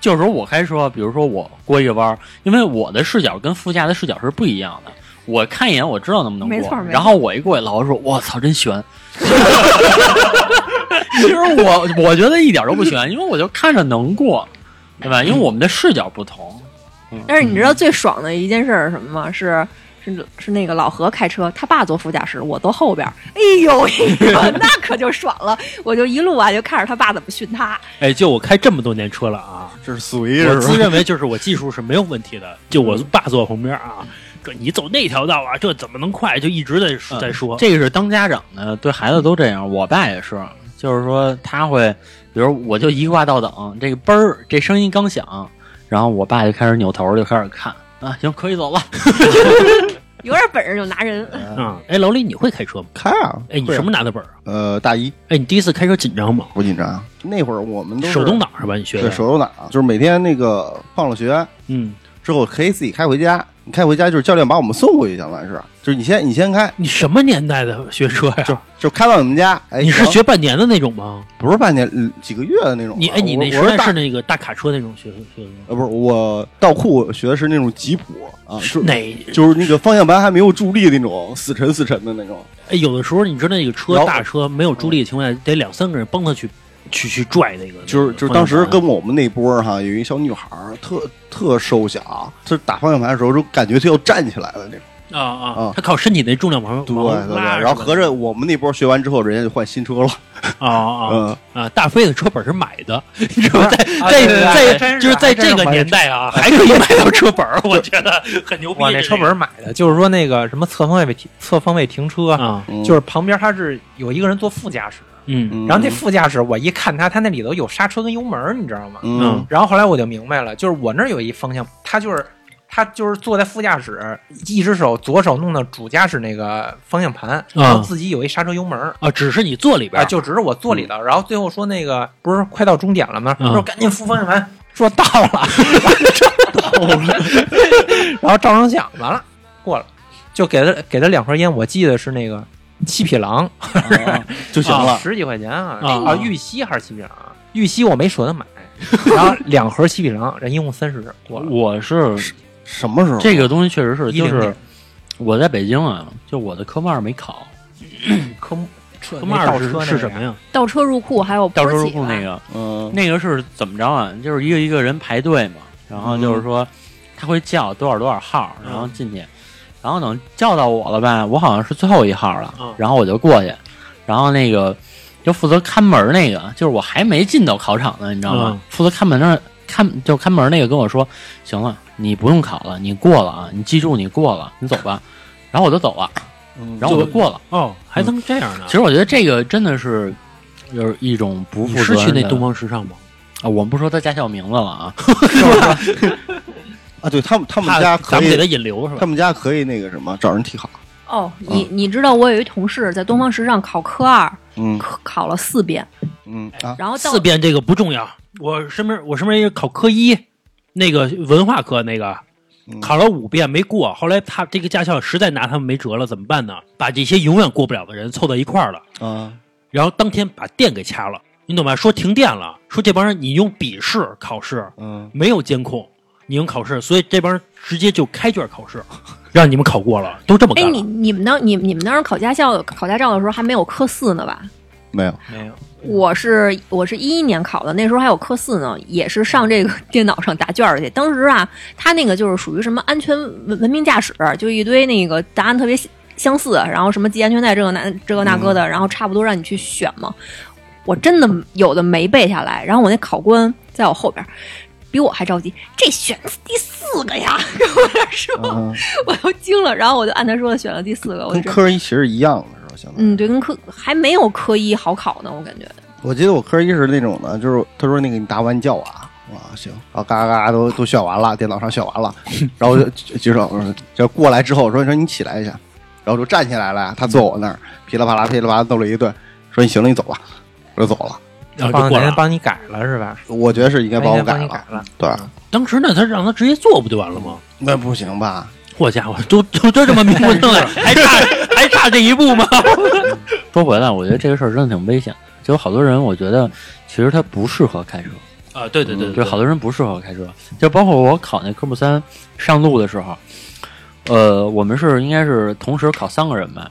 就是说我开车，比如说我过一个弯儿，因为我的视角跟副驾的视角是不一样的。我看一眼，我知道能不能过。没错没错然后我一过去，老师说：“我操，真悬！” 其实我我觉得一点都不悬，因为我就看着能过，对吧？因为我们的视角不同。但是你知道最爽的一件事儿是什么吗？是是是那个老何开车，他爸坐副驾驶，我坐后边儿。哎呦，我跟你说那可就爽了！我就一路啊，就看着他爸怎么训他。哎，就我开这么多年车了啊，这是随我是吧自？认为就是我技术是没有问题的。就我爸坐我旁边啊，这你走那条道啊，这怎么能快？就一直在说嗯在说。这个是当家长的，对孩子都这样。我爸也是，就是说他会，比如我就一挂倒档，这个嘣儿，这声音刚响，然后我爸就开始扭头，就开始看啊，行，可以走了。有点本事就拿人，啊，哎，老李，你会开车吗？开啊，哎，你什么拿的本儿啊？呃，大一哎，你第一次开车紧张吗？不紧张，那会儿我们都是手动，挡是吧？你学的？对，手动挡，就是每天那个放了学嗯，之后可以自己开回家，你开回家就是教练把我们送回去，相当于是，就是你先你先开，你什么年代的学车呀？就开到你们家，哎，你是行学半年的那种吗？不是半年嗯几个月的那种啊？你哎，你我那时我代是大是那个大卡车那种学学的吗？呃，不是我倒库学的是那种吉普啊，就是哪就是那个方向盘还没有助力那种，死沉死沉的那种。哎，有的时候你知道那个车然后大车没有助力的情况下，得两三个人帮他去去去拽那个。就是那个就是方当向时盘跟我们那波儿哈，有一小女孩儿，特特瘦小，她打方向盘的时候就感觉她要站起来了那种。啊啊啊，他靠身体那重量往对往对往对，拉，然后合着我们那波儿学完之后，人家就换新车了。啊啊嗯，啊啊！大飞的车本是买 的，你知道吗？在对对在对真在是就是在还真这是个怀年疑代啊，还可以买到车本儿，我觉得很牛逼。我那车本儿买的，就是说那个什么侧方位停侧方位停车，啊，嗯就是旁边他是有一个人坐副驾驶，嗯嗯然后那副驾驶我一看他，他那里头有刹车跟油门儿，你知道吗？嗯嗯，然后后来我就明白了，就是我那儿有一方向，他就是他就是坐在副驾驶，一只手左手弄到主驾驶那个方向盘，然后自己有一刹车油门儿。啊，只是你坐里边啊，儿就只是我坐里头，然后最后说那个不是快到终点了吗？嗯说赶紧扶方向盘，说到了， 然后照张相，完了过了，就给他给他两盒烟，我记得是那个七匹狼，啊就行了。十几块钱啊，啊啊玉溪还是七匹狼啊，玉溪我没舍得买，然后两盒七匹狼，人一共三十，过了。我是什么时候？这个东西确实是，就10是年我在北京啊，就我的科目二没考，科目车科目二倒是车是什么呀？呀？ 倒车入库，还有到坡时候起用那吧。个嗯，那个是怎么着啊？就是一个一嗯个人排队嘛，然后就是说他会叫多少多少号，然后进去，然后等叫到我了吧，我好像是最后一号了，嗯然后我就过去，然后那个就负责看门那个，就是我还没进到考场呢，你知道吗？嗯负责看门那儿看就看门那个跟我说，行了，你不用考了，你过了啊，你记住你过了，你走吧。然后我就走了，嗯然后我就过了。哦，还能这样呢？其实我觉得这个真的是就是一种不你负是责去任的那东方时尚吗？啊，我们不说他驾校名字了啊，啊，对他们他们怕咱家可们给他以，引流是吧他？们家可以那个什么，找人替考。哦，你你知道我有一同事在东方时尚考科二，嗯考考了四遍，嗯哎啊，然后到四遍这个不重要，我身边我身边一个考科一，那个文化课那个。嗯考了五遍没过，后来他这个驾校实在拿他们没辙了，怎么办呢？把这些永远过不了的人凑到一块儿了，啊，然后当天把电给掐了，你懂吧？说停电了，说这帮人你用笔试考试，嗯，没有监控，你用考试，所以这帮人直接就开卷考试，让你们考过了，都这么哎，干你了。你们当你你们当时考驾校考驾照的时候还没有科四呢吧？没有，我是我是一一年考的，那时候还有科四呢，也是上这个嗯电脑上答卷儿去。当时啊，他那个就是属于什么安全文文明驾驶，就一堆那个答案特别相相似，然后什么系安全带这个那这个那个嗯的，然后差不多让你去选嘛。我真的有的没背下来，然后我那考官在我后边儿，比我还着急，这选第四个呀， 跟我这说，嗯，我都惊了，然后我就按他说的选了第四个，我就跟知道科一其实一样的是吧？相当于嗯，对，跟科还没有科一好考呢，我感觉。我记得我科一是那种的，就是他说那个你答完叫我啊，啊行，啊嘎嘎嘎都都选完了，电脑上选 完了，然后我就举举手，嗯就过来之后说说你起来一下，然后就站起来了，他坐我那儿噼里啪啦噼里啪啦弄了一顿，说你行了你走吧，我就走了。然后就帮过人了家。帮你改了是吧？我觉得是应该帮我人家改帮你了改，了，对，当时呢，他让他直接做不就完了吗？那不行吧？我家伙，都都都这么明目张胆， 还差还差这一步吗？说回来，我觉得这个事儿真的挺危险的。就有好多人，我觉得其实他不适合开车， 啊，对对对就好多人不适合开车。就包括我考那科目三上路的时候，呃，我们是应该是同时考三个人吧，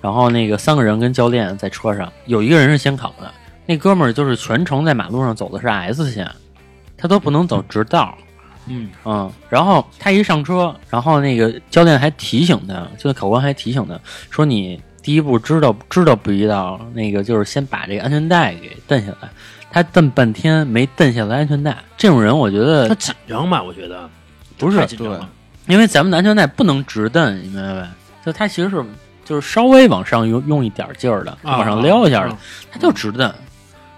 然后那个三个人跟教练在车上，有一个人是先考的，那哥们儿就是全程在马路上走的是 S 线，他都不能走直道。嗯嗯，然后他一上车，然后那个教练还提醒他，就考官还提醒他说：“你第一步知道知道不知道？那个就是先把这个安全带给蹬下来。”他蹬半天没蹬下来安全带，这种人我觉他得紧张吧？我觉得不太是紧张了。因为咱们的安全带不能直蹬，你明白没？就他其实是就是稍微往上用用一点劲儿的，啊往上撩一下的，啊他就直蹬。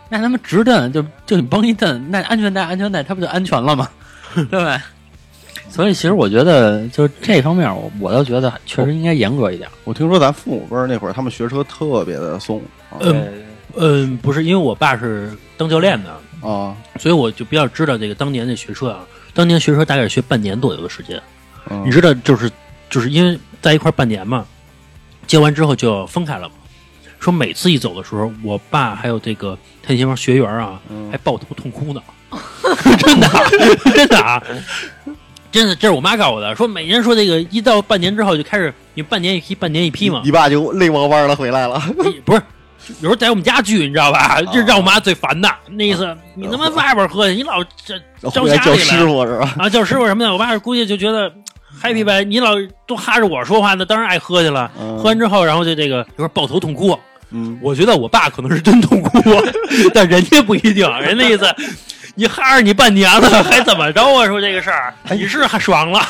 那他妈直蹬就就你嘣一蹬，那安全带安全带，他不就安全 了吗？对不对？所以其实我觉得，就是这方面我，我倒觉得确实应该严格一哦点。我听说咱父母辈儿那会儿，他们学车特别的松啊嗯嗯，不是，因为我爸是当教练的，啊，所以我就比较知道这个当年的学车啊。当年学车大概学半年左右的时间，嗯你知道，就是就是因为在一块儿半年嘛，结完之后就要分开了嘛。说每次一走的时候，我爸还有这个他那些帮学员啊，还抱头痛哭呢， 真的啊真的啊，真的，这是我妈告诉我的。说每年说这个一到半年之后就开始，你半年一批，半年一批嘛。你爸就泪汪汪的回来了，你不是，有时候在我们家聚，你知道啊吧？这让我妈最烦的。那意思，你他妈外边喝去，你老这呃回来叫师傅是吧？啊叫师傅什么的，我爸估计就觉得 happy 呗。你老都哈着我说话，那当然爱喝去了。嗯喝完之后，然后就这个有点抱头痛哭。嗯，我觉得我爸可能是真痛哭，啊 但人家不一定，人家意思。你哈着你半年了，还怎么着啊？说这个事儿，哎你是还爽了？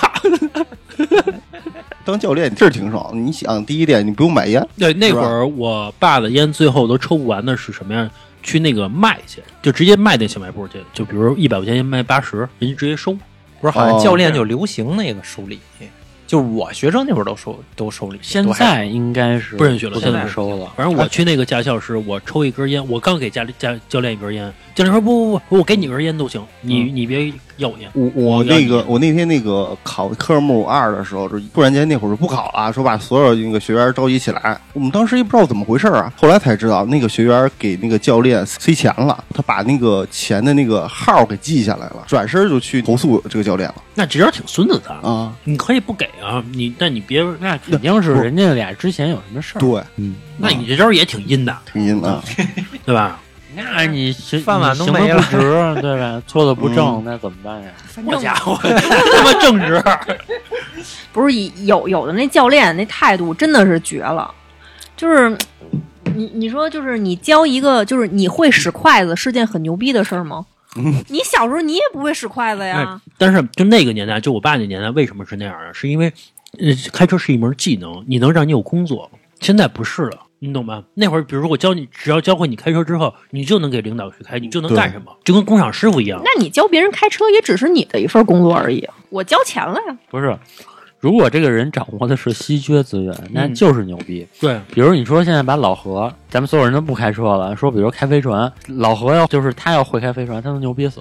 当教练是挺爽。你想，第一点你不用买烟，对，那是吧会儿我爸的烟最后都抽不完的是什么呀？去那个卖去，就直接卖那小卖部去，就比如一百块钱卖八十，人家直接收。不是好像哦教练就流行那个收礼，就我学生那会儿都收都收礼，现都还在应该是不允许了不怎现么在收了。反正哎我去那个驾校时，我抽一根烟，我刚给家里家教练一根烟，教练说不不不，我给你根烟都行，你、嗯你别要我烟。我我我要那个你我那天那个考科目二的时候，就突然间那会儿就不考了，说把所有那个学员召集起来。我们当时也不知道怎么回事儿啊，后来才知道那个学员给那个教练塞钱了，他把那个钱的那个号给记下来了，转身就去投诉这个教练了那这人挺孙子的啊，啊。你可以不给啊，你但你别，那肯定是人家俩之前有什么事儿。对，嗯，那你这招也挺阴的，挺阴的。对吧？那你行饭碗你都行得没了嗯不直，对吧？做的不正，那怎么办呀？ 我家伙，他妈正直，不是以有有的那教练那态度真的是绝了，就是你你说就是你教一个就是你会使筷子是件很牛逼的事儿吗？你小时候你也不会使筷子呀，但是就那个年代，就我爸那年代，为什么是那样啊？是因为，呃，开车是一门技能，你能让你有工作。现在不是了，你懂吧？那会儿，比如说我教你，只要教会你开车之后，你就能给领导去开，你就能干什么，就跟工厂师傅一样。那你教别人开车也只是你的一份工作而已。我交钱了呀，不是。如果这个人掌握的是稀缺资源，嗯那就是牛逼。对，比如你说现在把老何，咱们所有人都不开车了，说比如开飞船，老何要就是他要会开飞船，他能牛逼 死，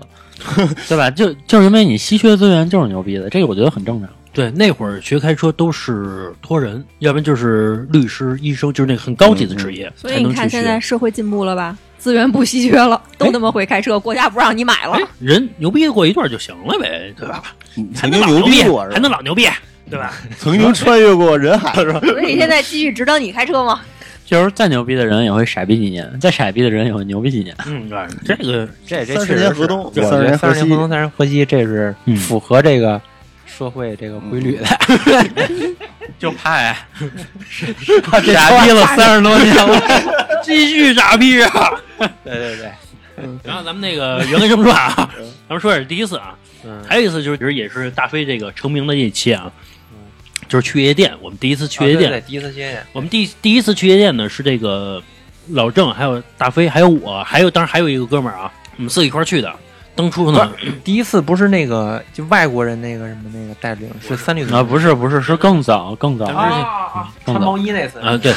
对吧？就就是因为你稀缺资源就是牛逼的，这个我觉得很正常。对，那会儿学开车都是托人，要不然就是律师、医生，就是那个很高级的职业、所才以能你去看学。现在社会进步了吧，资源不稀缺了，都他妈会开车，国家不让你买了。人牛逼过一段就行了呗，对吧？你嗯还嗯曾能经老牛逼逼过还是吧？能老牛逼，对吧？曾经穿越过人海是吧？所以现在继续指导你开车吗？就是再牛逼的人也会傻逼几年，再傻逼的人也会牛逼几 年。 嗯，对 这个这这三十确年实河是。东，我觉三十得年三河十年河东，三西，十年河西，这是嗯符合这个社会这个规律的。就怕哎，傻逼了三十多年了，继续傻逼啊！对对 对，然后咱们那 个言归正传啊，嗯咱们说点第一次啊，还有一次就是就是也是大飞这个成名的那一期啊，就是去夜店。我们第一次去夜嗯啊对店，对第一次去夜店，我们第第一次去夜店呢是这个老郑，还有大飞，还有我，还有当然还有一个哥们儿啊，我们四个一块儿去的。当初呢，第一次不是那个就外国人那个什么那个带领，是三绿啊，不是不是，是更早更早，啊，穿毛衣那次啊，对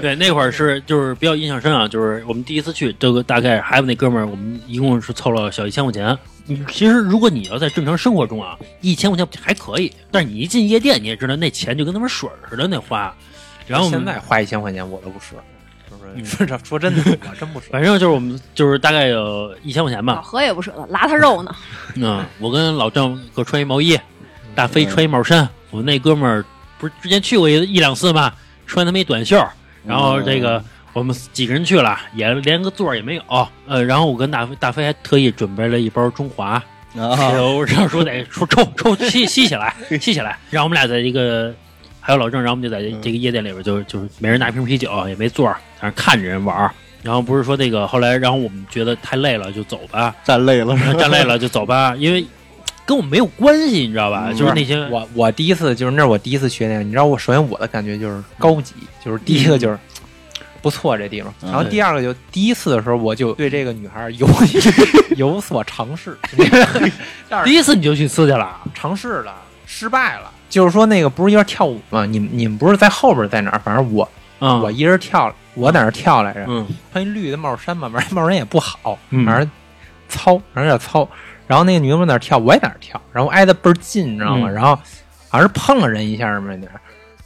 对，那会儿是就是比较印象深啊，就是我们第一次去，这个大概还有那哥们儿，我们一共是凑了小一千块钱。你其实如果你要在正常生活中啊，一千块钱还可以，但是你一进夜店，你也知道那钱就跟他妈水儿似的那花。然后我们现在花一千块钱我都不舍，就是说说真的，我真 不舍。反正就是我们就是大概有一千块钱老吧。何也不舍得，拉他肉呢。嗯，我跟老郑各穿一毛衣，大飞穿一帽衫，我们那哥们儿不是之前去过一一两次吗？穿他妈一短袖儿，然后这个我们几个人去了，也连个座儿也没有。呃，然后我跟大飞大飞还特意准备了一包中华，啊，然后然后说得说抽抽吸吸起来，吸起来。然后我们俩在一个，还有老郑，然后我们就在这个夜店里边就，就是每人拿一瓶啤酒，也没座儿，反正看着人玩儿。然后不是说那个，后来然后我们觉得太累了就走吧，站累了是吧？站累了就走吧，因为跟我们没有关系，你知道吧？嗯就是那些我我第一次就是那是我第一次去那个，你知道我首先我的感觉就是高级，就是第一个就是不错这地方，嗯然后第二个就第一次的时候我就对这个女孩有有所尝试，第一次你就去刺去了，尝试了失败了，就是说那个不是一人跳舞吗？你们你们不是在后边在哪儿？反正我啊、我一人跳，我在那儿跳来着，嗯穿一绿的帽衫嘛，反正 帽衫也不好，嗯反正糙，反正有点糙。然后那个女的在那儿跳，我也在那儿跳，然后挨得倍儿近，你知道吗？嗯然后好像是碰了人一下嘛，那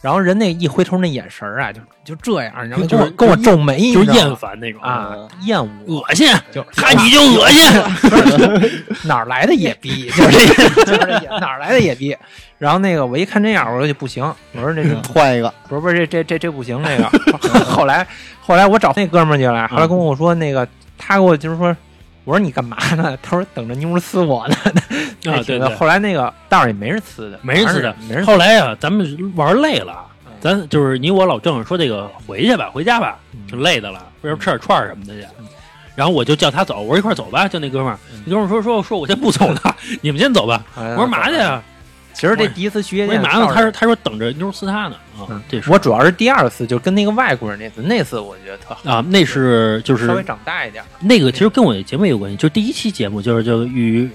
然后人那一回头那眼神儿啊，就就这样，然后就跟是我跟我皱眉，你就是知道厌吗烦那种，啊，厌恶，恶心，就看你就恶心， 哎哪儿来的野逼，就是这，就是这野哪儿来的野逼。然后那个我一看这样，我说就不行，我说这个换一个，不是不是这这这这不行，那个 后来后来我找那哥们儿去嗯了，后来跟我说那个他给我就是说，我说你干嘛呢？ 他说等着妞儿呲我呢。啊对对后来那个道上也没人呲的，没人呲的反正也没人呲后来呀、咱们玩累了，咱就是你我老郑说这个回去吧，回家吧，挺累的了，不然吃点串儿什么的去。然后我就叫他走，我说一块儿走吧，就那哥们儿，那哥们儿说说说我先不走了，你们先走吧。后来我说嘛去呀？哎其实这第一次去夜我店说嘛呢？道他说上他说等着妞儿呲他呢啊嗯，这是我主要是第二次，就跟那个外国人那次，那次我觉得特好，啊，那是就稍微是长大一点。那个其实跟我的节目有关系，就是第一期节目就是就与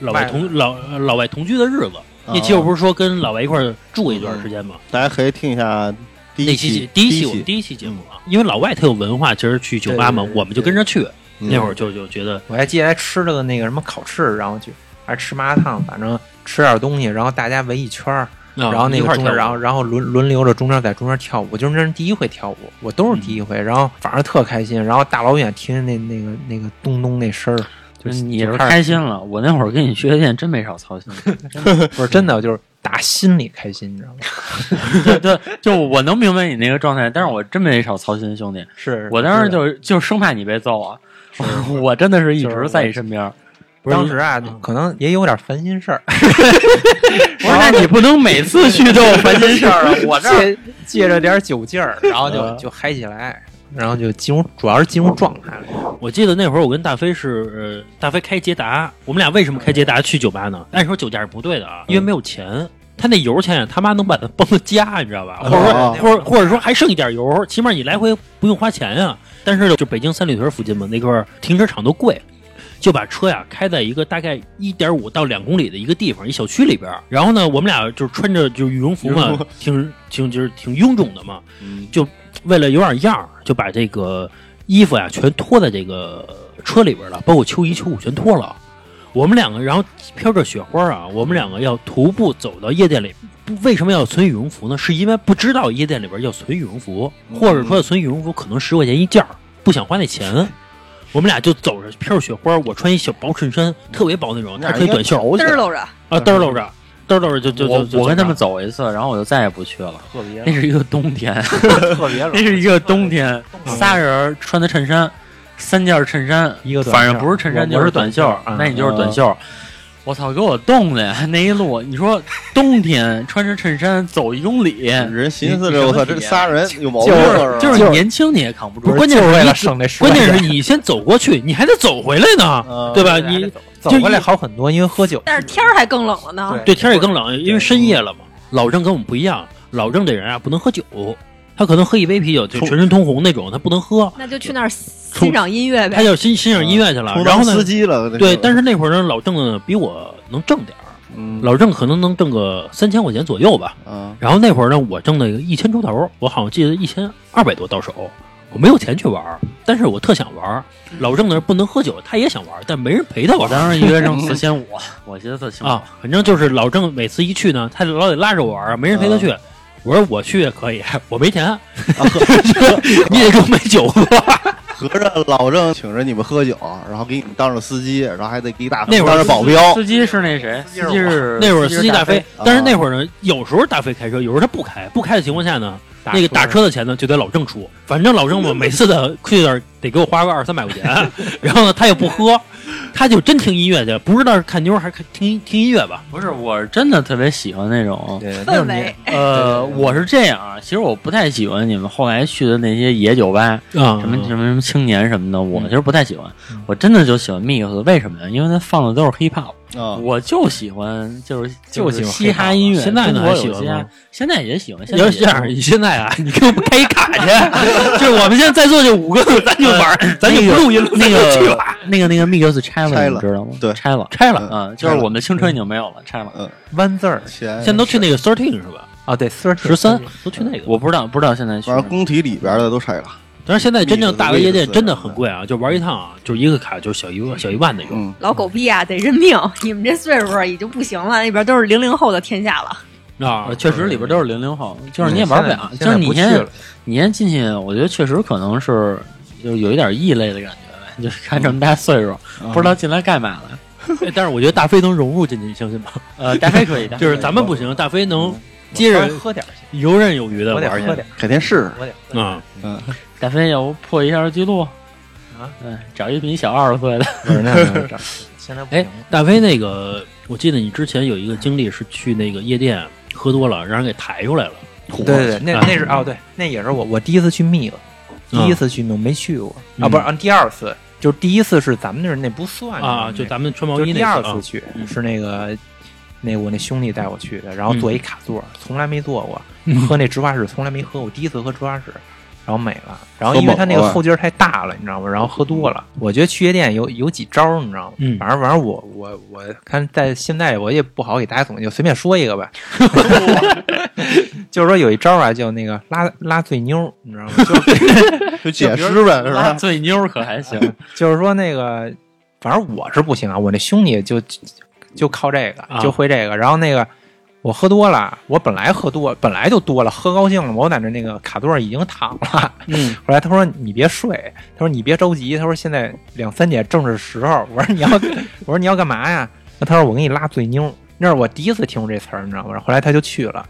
老外外同老老外同居的日子，那期啊我不是说跟老外一块儿住一段时间吗？大家可以听一下第那一期期第一期我们第一期节目啊，因为老外他有文化，其实去酒吧嘛对对，对我们就跟着去。嗯那会儿就就觉得，我还记得还吃了个那个什么烤翅，然后就还吃麻辣烫，反正吃点东西，然后大家围啊一圈儿。然然后那个中间，然然后然后轮轮流着中间在中间跳舞，我就是那是第一回跳舞，我都是第一回，然后反正特开心，然后大老远听着那那个那个咚咚那声儿，就就是嗯是你是就开开心了，我那会儿跟你去夜店真没少操心。不是真的就是打心里开心，你知道吗？对对，就我能明白你那个状态，但是我真没少操心，兄弟。 是我当时是的就就生怕你被揍啊， 我真的是一就是直在你身边。不是当时啊，可能也有点烦心事儿， 不是，那你不能每次去都有烦心事儿啊！我这借借着点酒劲儿，然后就嗯就嗨起来，然后就进入，主要是进入状态了。我记得那会儿我跟大飞是、呃大飞开捷达，我们俩为什么开捷达去酒吧呢？按说酒驾是不对的啊，因为没有钱。他那油钱他妈能把他崩到家，你知道吧？或者说， 哦或者或者说还剩一点油，起码你来回不用花钱呀、但是就北京三里屯附近嘛，那块儿停车场都贵，就把车呀开在一个大概一点五到两公里的一个地方，一小区里边儿。然后呢，我们俩就是穿着就是羽绒服羽嘛绒服，嗯挺挺就是挺臃肿的嘛，就为了有点样儿，就把这个衣服呀全脱在这个车里边儿了，包括秋衣秋裤全脱了。我们两个，然后飘着雪花啊，我们两个要徒步走到夜店里。不为什么要存羽绒服呢？是因为不知道夜店里边要存羽绒服，或者说存羽绒服可能十块钱一件儿，不想花那钱。我们俩就走着飘着雪花，我穿一小薄衬衫，特别薄那种，他穿一短袖我嘚溜着，啊，嘚溜着，嘚溜着就就就我就我跟就他们走一次，然后我就再也不去了。 特别那是一个冬天，特别冷，那是一个冬天，冷仨人穿的衬衫，三件衬衫，一个短袖反正不是衬衫我就我是短短袖袖，那你就是短袖。我操，给我冻的呀！那一路，你说冬天穿着衬衫走一公里，人寻思你你着我什么体操，这验仨人有毛病啊就是就是是你年轻你也扛不住，关键就是为你了省这十块关钱，键是你先走过去，你还得走回来呢，嗯对吧？你走就过一来好很多，因为喝酒。但是天儿还更冷了呢。对天儿也更冷，因为深夜了嘛。老郑跟我们不一样，老郑这人啊不能喝酒，他可能喝一杯啤酒就全身通红那种，他不能喝，那就去那儿欣赏音乐他呗。就欣欣赏音乐去了。然充当后嗯司呢，机了。对，但是那会儿呢，老郑呢比我能挣点儿，老老郑可能能挣个三千块钱左右吧。啊，然后那会儿呢，我挣了一千出头，我好像记得一千二百多到手。我没有钱去玩儿，但是我特想玩儿。老郑呢不能喝酒，他也想玩儿，但没人陪他玩我儿。当时一个月挣 四千五，我寻思四千五啊，反正就是老郑每次一去呢，他老得拉着我玩儿，没人陪他去。我说我去也可以， 我没钱， 你得给我买酒喝。合着老郑请着你们喝酒，然后给你们当着司机，然后还得给你打那会儿当着保镖，司机是那谁？司机是那会儿司机大飞，但是啊那会儿呢，有时候大飞开车，有时候他不开，不开的情况下呢，那个打车的钱呢就得老郑出。反正老郑我每次的去那儿得给我花个二三百块 钱，然后呢他也不喝，他就真听音乐去，不知道是看妞儿还是看听听音乐吧。不是，我是真的特别喜欢那种。对，那氛种年围， 呃，我是这样啊，其实我不太喜欢你们后来去的那些野酒吧，啊什么什么什么青年什么嗯的，我其实不太喜欢。我真的就喜欢 mix，为什么呀？因为它放的都是 hip hop，嗯啊，我就喜欢就是就喜是欢嘻哈 hiphop 音乐。啊现在呢中国有还喜欢嘻哈吗现在也喜欢。现你在要也是这样，你喜现在啊，你给我们开一卡去， 就是我们现在在座就五个，咱就玩儿，咱就不录音了，嗯欢那咱就去个吧。那个那个 mix 拆拆了，你了知道吗？对拆了。拆了，嗯嗯嗯，就是我们的青春已经没有了，拆了。弯字儿钱现在都去那个 thirteen 是吧？啊，对，四十三都去那个。我不知道，不知道现在去反哪正工体里边的都拆了，但是现在真正大的夜店 Mix，真的很贵啊，就玩一趟啊，就是一个卡就是小一万小一万那种。嗯，老狗逼啊，得认命！ 你们这岁数已经不行了，那边都是零零后的天下了。啊儿。确实里边都是零零后，就是你也嗯玩不现在了，现就在是你不去先了你先进去，我觉得确实可能是就是有一点异类的感觉呗，就是看这么大岁数，不知道进来干嘛了。 哎但是我觉得大嗯飞能 融入进去，你相信吗？呃，大飞可以，大飞就是可以咱们不行，大飞嗯能接稍着微喝点儿去，游刃有余的我得玩喝去。点改天试试儿，我得喝点儿。啊，大飞要不破一下记录啊？嗯，找一比你小二十岁的，不 是那那那 现在不行哎，大飞那个，我记得你之前有一个经历是去那个夜店喝多了，让人给抬出来了。对哎对对，那啊那是哦，对，那也是我我第一次去 mix，第一次去 mix 没去过啊，不是，啊第二次就是第一次是咱们那儿那不算啊，就就咱。咱们穿毛就衣是那第二啊次去嗯是那个那我那兄弟带我去的，然后嗯坐一卡座，从来没坐过，喝那直花式从来没喝过，第一次喝直花式。然后美了，然后因为他那个喝猛了后劲儿太大了，你知道吗？然后喝多了，我觉得去夜店有有几招儿，你知道吗？嗯反正反正我我我看在现在我也不好给大家总结，就随便说一个吧。 就是说有一招儿啊，叫那个拉拉醉妞儿，你知道吗？就是就解释呗，是吧？醉妞儿可还行，嗯就是说那个，反正我是不行啊，我那兄弟就就就靠这啊个，就会这个。然后那个我喝多了，我本来喝多，本来就多了，喝高兴了，我在那那个卡座上已经躺了。嗯，后来他说你别睡，他说你别着急，他说现在两三点正是时候。我说你要， 我说你要干嘛呀？那他说我给你拉醉妞，那是我第一次听过这词儿，你知道吗？后来他就去了，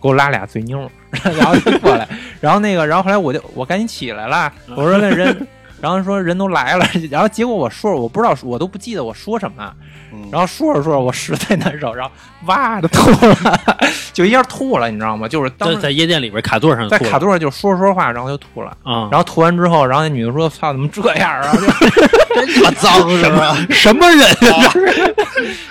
给我拉俩醉 妞，然后就过来，然后那个，然后后来我就我赶紧起来了，我说那人。然后说人都来了， 然后结果我说我不知道，我都不记得我说什么，嗯然后说着说着我实在难受，然后哇的吐了，就一下吐了，你知道吗？就是当在时在夜店里边卡座上在坐卡座上就说着说着话，然后就吐了。啊，然后吐完之后，然后那女的说：“操，怎么这样啊？”就真他妈 脏是吧？ 什么人啊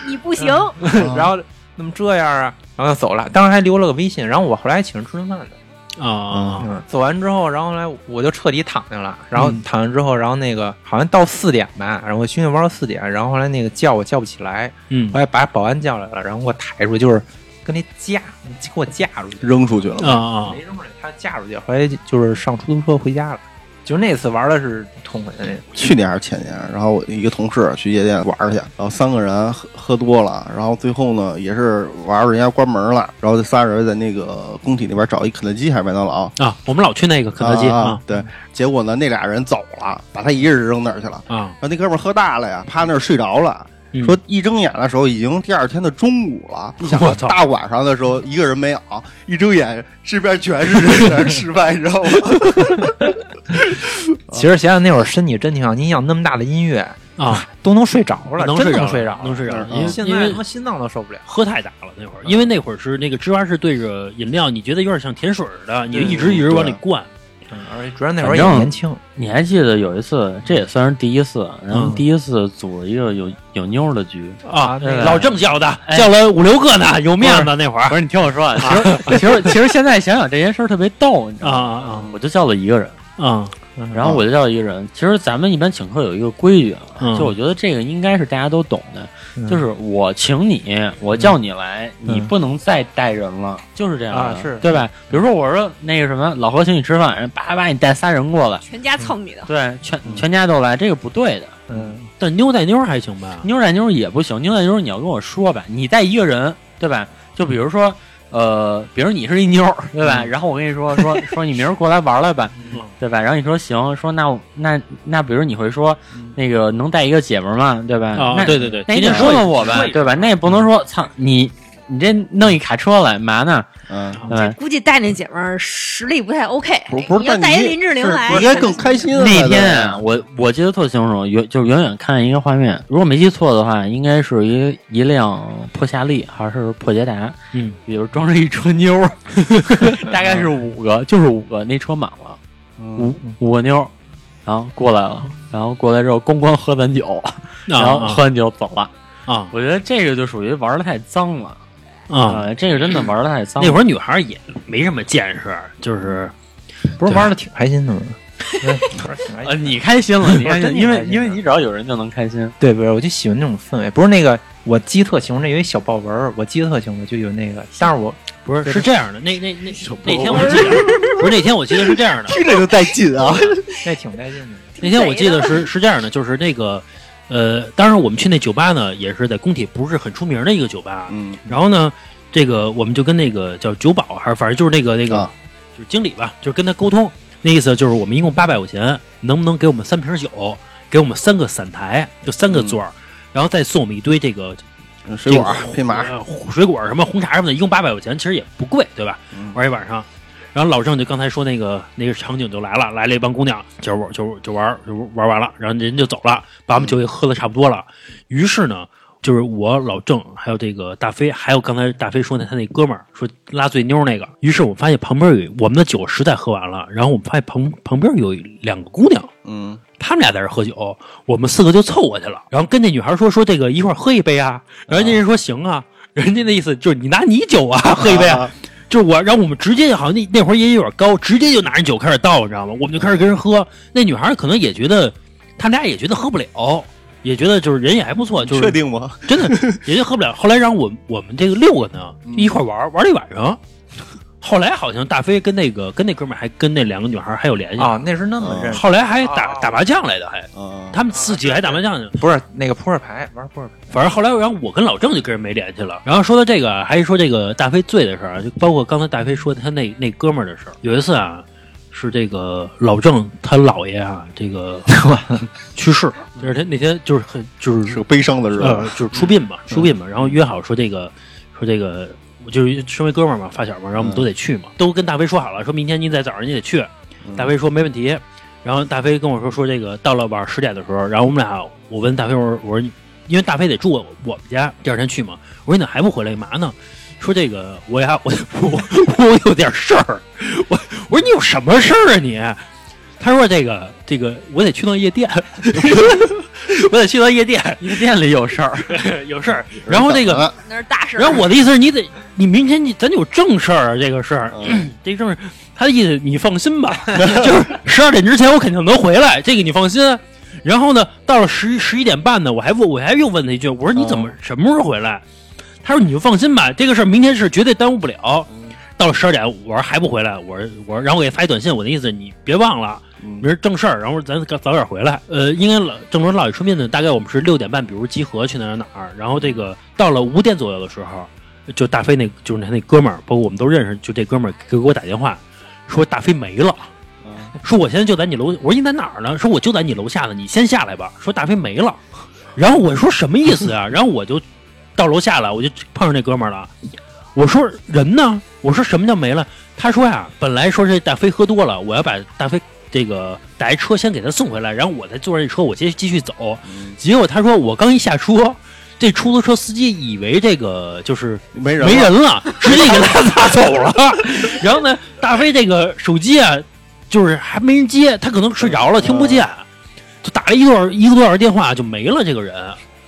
你不行，嗯 然后怎么这样啊？然后就走了，当时还留了个微信。然后我后来还请人吃顿饭呢。啊？嗯，走完之后，然后后来我就彻底躺下了。嗯然后躺下之后，然后那个好像到四点吧，然后我兄弟玩到四点，然后后来那个叫我叫不起来，嗯后来把保安叫来了，然后给我抬出去，就是跟那架给我架出去，扔出去嗯啊了啊没扔出来，他架出去。后来就是上出租车回家了。就那次玩的是痛快的那种，去年还是前年，然后我一个同事去夜店玩儿去，然后三个人喝喝多了，然后最后呢也是玩儿人家关门了，然后这仨人在那个工体那边找一肯德基还是麦当劳，啊！我们老去那个 肯德基啊啊，对，结果呢那俩人走了，把他一个人扔那儿去了。啊，然后那哥们儿喝大了呀，趴那儿睡着了。嗯说一睁眼的时候已经第二天的中午 了，你想我操大晚上的时候一个人没有，一睁眼身边全是人在那儿吃饭，你 知道吗？其实想想那会儿身体真挺好，你想那么大的音乐啊，都能睡着了，能真着能睡着了。能睡着了，嗯因为现因在为他妈心脏都受不了。喝太大了那会儿，因为嗯那会儿是那个芝麻是对着饮料，你觉得有点像甜水儿的，你就一直一直往里灌。嗯，而且主要那会儿反也正年轻，你还记得有一次，这也算是第一次，然后嗯第一次组了一个有有妞儿的局，啊那个老郑叫的，叫了五六个呢，有面子那会儿哎不是你听我说啊，其实其实 其实现在想想这件事儿特别逗，你知啊道吗？啊我就叫了一个人，啊嗯然后我就叫一个人。其实咱们一般请客有一个规矩啊，嗯就我觉得这个应该是大家都懂的，嗯就是我请你，我叫你来，你不能再带人了，就是这样的啊是对吧？比如说我说那个什么老何请你吃饭，人叭叭你带仨人过来，全家蹭你的，对，全全家都来，这个不对的。嗯，啊！但妞带妞还行吧？妞儿带妞儿也不行，妞儿带妞儿你要跟我说吧，你带一个人对吧？就比如说，呃，比如你是一妞儿对吧？然后我跟你说说说你明儿过来玩来吧嗯，对吧？然后你说行，说那我那那比如你会说那个能带一个姐们儿吗？对吧？嗯啊，嗯那对对对，那天你得天说说说我吧，对吧？那也嗯不能说操你你这弄一卡车来嘛呢？嗯，啊对吧？估计带那姐们儿实力不太 OK。不不是，你要但带一你林志玲是来，你应该更开心啊。那对天啊，我我记得特清楚，远就是远远看见一个画面，如果没记错的话，应该是一一辆破夏利还是破捷达，嗯，比如装着一车妞儿， 大概是五个，就是五个，那车满了，五五个妞儿，然后过来了，然后过来之后咣咣喝咱酒，然后啊喝完酒走了。啊我觉得这个就属于玩的太脏了啊！呃这个真的玩的太脏了。那会儿女孩也没什么见识，就是不是是玩玩的挺开 心的吗？嗯呃，你开心了，你 开真心，的因为开心因为你只要有人就能开心。对，不是，我就喜欢那种氛围。不是那个，我记得特清楚，那有一小豹纹儿，我记得特清楚，就有那个。但是我不是是这样的。那那那那天我记得 不是那天我记得是这 样的，听着就带劲啊！那挺带劲的，那天我记得是是这样的，就是那个，呃，当然我们去那酒吧呢，也是在工体不是很出名的一个酒吧。 嗯，然后呢，这个我们就跟那个叫酒保，还是反正就是那个那个、啊就是经理吧，就是跟他沟通，那意思就是我们一共八百块钱，能不能给我们三瓶酒，给我们三个散台，就三个座儿，然后再送我们一堆这个水果这个配麻，呃水果什么红茶什么的，一共八百块钱，其实也不贵，对吧？嗯玩一晚上。然后老郑就刚才说那个那个场景就来了，来了一帮姑娘，就玩就就玩就玩完了，然后人就走了，把嗯我们酒也喝的差不多了。于是呢，就是我老郑还有这个大飞，还有刚才大飞说的他那哥们儿说拉醉妞那个。于是我们发现旁边有我们的酒实在喝完了，然后我们发现旁旁边有两个姑娘，嗯，他们俩在这儿喝酒，我们四个就凑过去了，然后跟那女孩说说这个一块儿喝一杯啊，然后那人说行啊， 人家那意思就是你拿你酒啊喝一杯啊，就是我，然后我们直接好像那那会儿也有点高，直接就拿人酒开始倒，你知道吗？我们就开始跟人喝，那女孩可能也觉得，他们俩也觉得喝不了。也觉得就是人也还不错，就是确定吗？真的 也就喝不了。后来让我我们这个六个呢一块玩儿玩了一晚上，后来好像大飞跟那个跟那哥们儿还跟那两个女孩儿还有联系，啊，那是那么认识。后来还打哦打麻将来的，还啊，他们自己还打麻将呢。不是那个扑克牌，玩扑克牌，反正后来，然后我跟老郑就跟人没联系了。然后说到这个，还说这个大飞醉的事儿啊，就包括刚才大飞说他那那哥们儿的事儿。有一次啊，是这个老郑他姥爷啊，这个去世，就是他那天就是很就是是个悲伤的日呃子，，就是出殡嘛，出殡嘛，然后约好说这个，说这个，我就是身为哥们儿嘛，发小嘛，然后我们都得去嘛，都跟大飞说好了，说明天你在早上你得去，大飞说没问题，然后大飞跟我说说这个到了晚上十点的时候，然后我们俩我问大飞我说我说因为大飞得住我我们家，第二天去嘛，我说你咋还不回来干嘛呢？说这个我呀我 我我有点事儿，我我说你有什么事儿啊你？他说这个这个我得去趟夜店， 我得去趟夜店，夜店里有事儿， 有事儿。然后这个个那是大事儿。然后我的意思是你得，你明天你咱得有正事儿啊，这个事儿，嗯这正事儿。他的意思你放心吧， 就是十二点之前我肯定能回来，这个你放心。啊然后呢，到了十十一点半呢，我还问我还又问他一句，我说你怎么什么时候回来？他说你就放心吧，这个事儿明天是绝对耽误不了。到了十二点，我说还不回来，我说我说，然后我给他发一短信，我的意思你别忘了，明儿正事儿，然后咱早点回来。呃，应该老郑州老爷春面呢，大概我们是六点半，比如集合去哪儿哪儿，然后这个到了五点左右的时候，就大飞那就是他那哥们儿，包括我们都认识，就这哥们儿给我打电话说大飞没了。说我现在就在你楼，我说你在哪儿呢？说我就在你楼下呢，你先下来吧。说大飞没了，然后我说什么意思啊？然后我就到楼下了，我就碰上那哥们儿了。我说人呢？我说什么叫没了？他说呀，本来说这大飞喝多了，我要把大飞这个打一车先给他送回来，然后我再坐上这车，我接继续走。结果他说我刚一下车，这出租车司机以为这个就是没人没了，人 了，直接给他拉走了。 然后呢，大飞这个手机啊，就是还没人接，他可能睡着了听不见，嗯就打了一个多小一个多小时电话就没了这个人。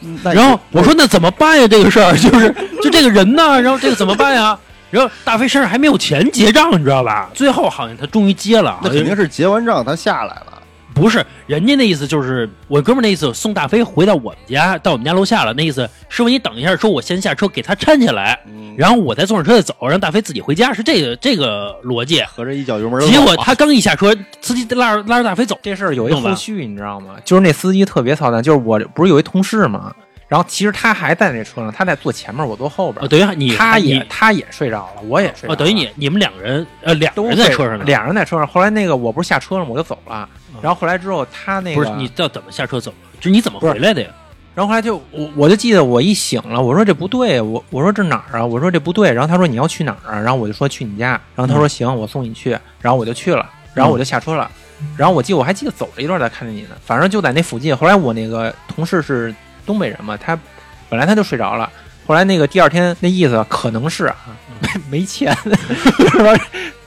嗯那然后我说那怎么办呀？这个事儿就是 就这个人呢，然后这个怎么办呀？ 然后大飞身上还没有钱结账，你知道吧？最后好像他终于接了，那肯定是结完账他下来了，不是人家那意思，就是我哥们儿那意思送大飞回到我们家，到我们家楼下了。那意思师傅你等一下，说我先下车给他搀起来，嗯然后我再坐上车再走，让大飞自己回家，是这个这个逻辑。合着一脚油门儿结果走啊他刚一下车，司机拉着拉着大飞走，这事儿有一弄吧后续，你知道吗？就是那司机特别操蛋，就是我不是有一同事嘛，然后其实他还在那车上，他在坐前面，我坐后边呃，，等于你他你也他也睡着了，我也睡着哦，了，等于你你们两个人呃两个都人在睡车上呢，俩人在车上。后来那个我不是下车了吗，我就走了，然后后来之后他那不个是你到怎么下车走？就你怎么不是回来的呀？然后后来就我我就记得我一醒了，我说这不对，我我说这哪儿啊？我说这不对。然后他说你要去哪儿啊？然后我就说去你家。然后他说行，我送你去。然后我就去了，然后我就下车了。然后我记得我还记得走了一段才看见你呢，反正就在那附近。后来我那个同事是东北人嘛，他本来他就睡着了。后来那个第二天那意思可能是啊，没没钱，就是说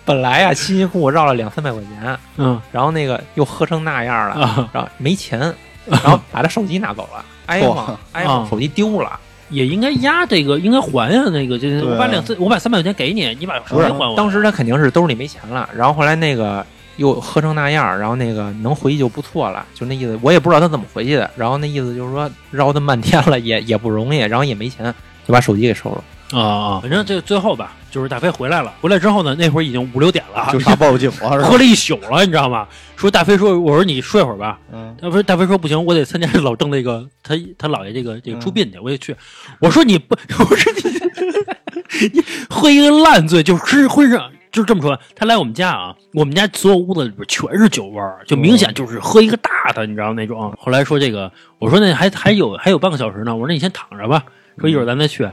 本来啊辛辛苦苦绕了两三百块钱，嗯然后那个又喝成那样了，啊，然后没钱，然后把他手机拿走了，iPhone iPhone 手机丢了。也应该压这个，应该还呀、那个就是对我把两三我把三百块钱给你，你把手不机是还我。当时他肯定是兜里没钱了，然后后来那个又喝成那样，然后那个能回去就不错了，就那意思。我也不知道他怎么回去的，然后那意思就是说绕他漫天了， 也也不容易，然后也没钱，就把手机给收了。啊啊！反正这最后吧，就是大飞回来了。回来之后呢，那会儿已经五六点了，就差报警了，是吧喝了一宿了，你知道吗？说大飞说，我说你睡会儿吧。嗯他说大飞说不行，我得参加老郑那个他他姥爷这个这个出殡去，我得去。我说你不， 我说你你 喝一个烂醉，就是浑身就这么说。他来我们家啊，我们家所有屋子里边全是酒味儿，就明显就是喝一个大的，你知道那种。后来说这个，我说那还还有还有半个小时呢，我说那你先躺着吧，说一会儿咱再去。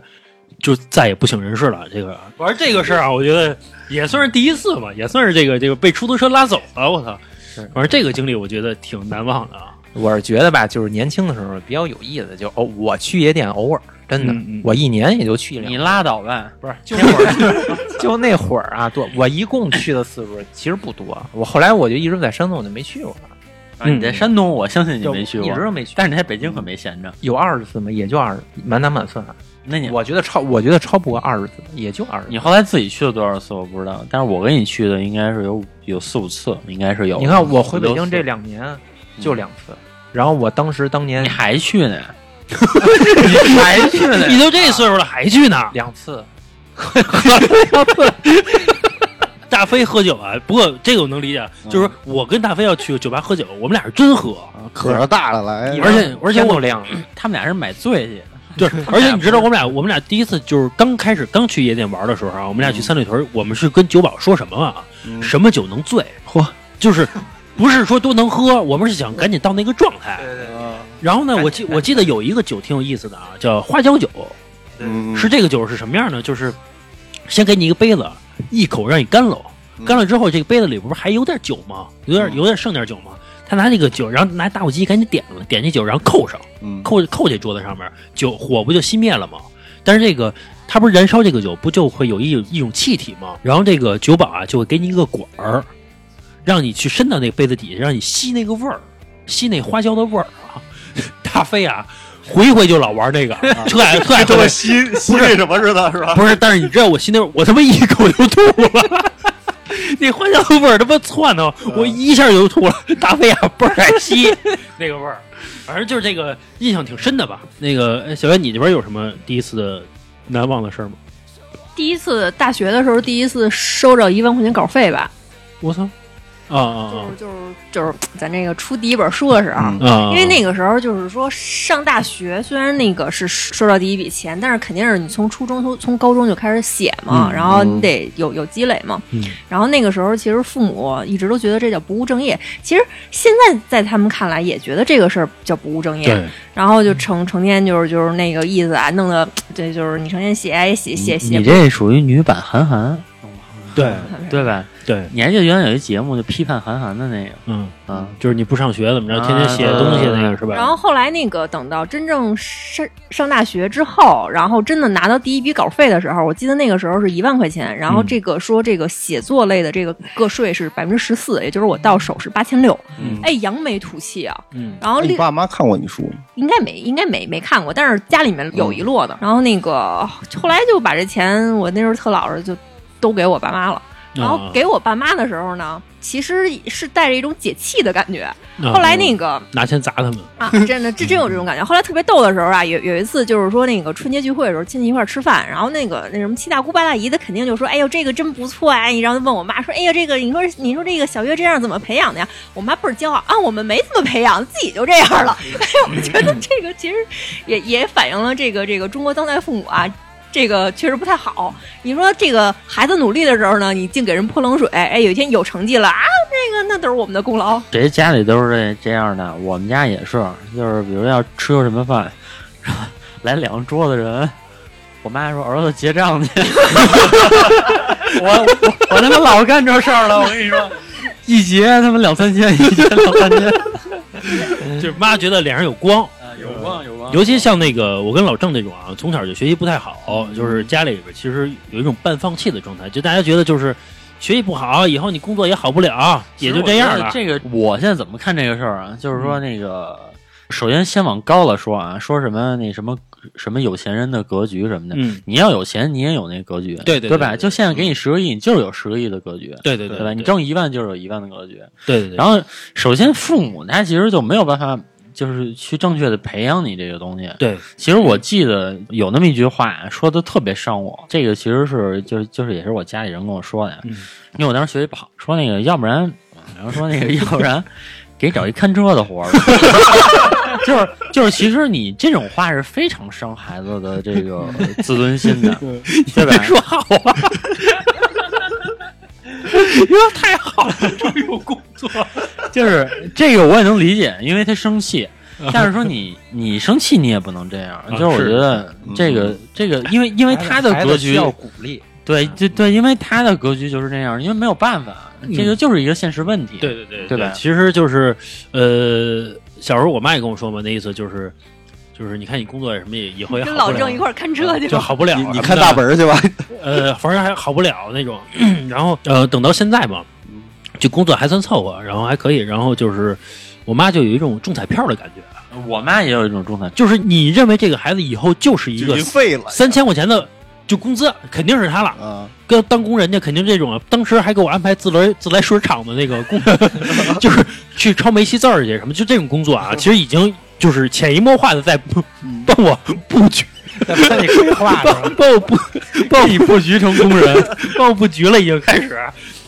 就再也不省人事了。这个玩这个事儿啊，我觉得也算是第一次吧，也算是这个这个被出租车拉走了。我操！反正这个经历我觉得挺难忘的啊。我是觉得吧，就是年轻的时候比较有意思，就哦，我去夜店偶尔真的，嗯嗯我一年也就去一两你拉倒吧，不是，就那会儿， 就那会儿啊，多我一共去的次数其实不多。我后来我就一直在山东，我就没去过了，啊你在山东，我相信你没去过，一直都没去。但是你在北京可没闲着。有二十次吗？也就二十，满打满算。那你我觉得超，我觉得超不过二十次，也就二十。你后来自己去了多少次我不知道，但是我跟你去的应该是有有四五次，应该是有。你看我回北有京四这，两年就两次，嗯然后我当时当 年你还去呢？你还去呢？ 你都这岁数了还去呢？两次，大飞喝酒啊，不过这个我能理解，嗯就是说我跟大飞要去酒吧喝酒，我们俩是真喝，可着大了来，而且而且天我都亮了。他们俩是买醉去的。就是， 而且你知道我们俩，我们俩第一次就是刚开始刚去夜店玩的时候啊，我们俩去三里屯，我们是跟酒保说什么啊？嗯什么酒能醉？嚯，就是不是说多能喝，我们是想赶紧到那个状态。对对然后呢，我记我记得有一个酒挺有意思的啊，叫花椒酒，嗯是这个酒是什么样呢？就是先给你一个杯子，嗯一口让你干搂，干了之后，这个杯子里不是还有点酒吗？有点有点剩点酒吗？他拿那个酒，然后拿打火机赶紧点了，点那酒，然后扣上，嗯，扣扣这桌子上面，酒火不就熄灭了吗？但是这个它不是燃烧这个酒，不就会有一一种气体吗？然后这个酒保啊就会给你一个管儿，让你去伸到那个杯子底下，让你吸那个味儿，吸那花椒的味儿啊。 大飞啊，回回就老玩这个，啊特爱特爱这喝么这吸吸那什么似的，是 吧？不是，但是你知道我心里，我他妈一口就吐了。 那花椒味儿他妈窜的，我一下就吐了。大飞啊，倍儿爱吸 那个味儿，反正就是这个印象挺深的吧。那个哎小袁，你这边有什么第一次的难忘的事儿吗？第一次大学的时候，第一次收着一万块钱稿费吧，我操！啊啊就是就是就是咱这个出第一本书的时候。嗯啊！啊因为那个时候就是说上大学，虽然那个是收到第一笔钱，但是肯定是你从初中从从高中就开始写嘛，嗯然后你得有有积累嘛。嗯然后那个时候其实父母一直都觉得这叫不务正业，其实现在在他们看来也觉得这个事儿叫不务正业。对，然后就成成天就是就是那个意思啊，弄得对，就是你成天写啊也写写写你，这属于女版韩寒，对对吧？对，你还记得原来有一节目就批判韩寒的那个嗯，啊？就是你不上学怎么着，啊天天写东西那个是吧？然后后来那个等到真正上上大学之后，然后真的拿到第一笔稿费的时候，我记得那个时候是一万块钱，然嗯后这个说这个写作类的这个个税是百分之十四，也就是我到手是八千六，嗯哎，扬眉吐气啊！嗯然后哎你另爸妈看过你书吗？应该没应该没没看过，但是家里面有一嗯摞的，然后那个后来就把这钱，我那时候特老实，就都给我爸妈啊了。然后给我爸妈的时候呢，其实是带着一种解气的感觉。啊后来那个拿钱砸他们，啊，真的，这真有这种感觉。后来特别逗的时候啊，有有一次就是说那个春节聚会的时候，亲戚一块儿吃饭，然后那个那什么七大姑八大姨的肯定就说：“哎呦，这个真不错啊！”你然后问我妈说：“哎呀，这个你说你说这个小月这样怎么培养的呀？”我妈倍儿骄傲啊，我们没怎么培养，自己就这样了。 哎呦，我觉得这个其实也也反映了这个这个中国当代父母啊。这个确实不太好。你说这个孩子努力的时候呢，你净给人泼冷水。哎，有一天有成绩了啊，这个那都是我们的功劳。谁家里都是这这样的，我们家也是，就是比如要吃个什么饭，然后来两桌子人，我妈说儿子结账去， 我我我他妈老干这事儿了，我跟你说，一结他妈两三千，一结两三千，就是妈觉得脸上有光，有光有光尤其像那个我跟老郑这种啊，从小就学习不太好，就是家里边其实有一种半放弃的状态，就大家觉得就是学习不好，以后你工作也好不了，也就这样了。这个我现在怎么看这个事儿啊？就是说那个，首先先往高了说啊，说什么那什么什么有钱人的格局什么的，嗯，你要有钱，你也有那格局，对对对对吧？对对嗯就现在给你十个亿，你就是有十个亿的格局，对对对对吧？你挣一万就是有一万的格局。对对对，然后后，首先父母他其实就没有办法，就是去正确的培养你这个东西。对其实我记得有那么一句话说的特别伤我，这个其实是就是就是也是我家里人跟我说的，嗯因为我当时学习不好，说那个要不然，然后说那个 要不然给找一看车的活儿吧， 就是就是其实你这种话是非常伤孩子的这个自尊心的，对 吧？说好啊。 因为太好了，终于有工作。就是这个我也能理解，因为他生 气，但是说你你生气你也不能这样，就是我啊是嗯觉得这个这个，因为因为他的孩子格需局，要鼓励，对对对，因为他的格局就是那样，因为没有办法，这个就是一个现实问题。嗯对对对对吧其实就是呃，小时候我妈也跟我说嘛，那意思就是就是你看你工作什么也以后也好跟不老了郑一块儿看车去就吧。好不了你你什么看的大本儿去吧。呃，反正还好不了那种。 然后呃，等到现在嘛，就工作还算凑合，然后还可以。然后就是我妈就有一种中彩票的感觉，我妈也有一种状态，就是你认为这个孩子以后就是一就个 已经废了三千块钱的。就工资肯定是他了，啊！跟当工人家肯定这种啊。当时还给我安排自来自来水厂的那个工， 就是去抄煤气字儿去什么，就这种工作 啊，其实已经就是潜移默化的在帮帮我布局 在帮你规划是吧帮帮我布帮你布局成工人， 帮我布局了已经开始。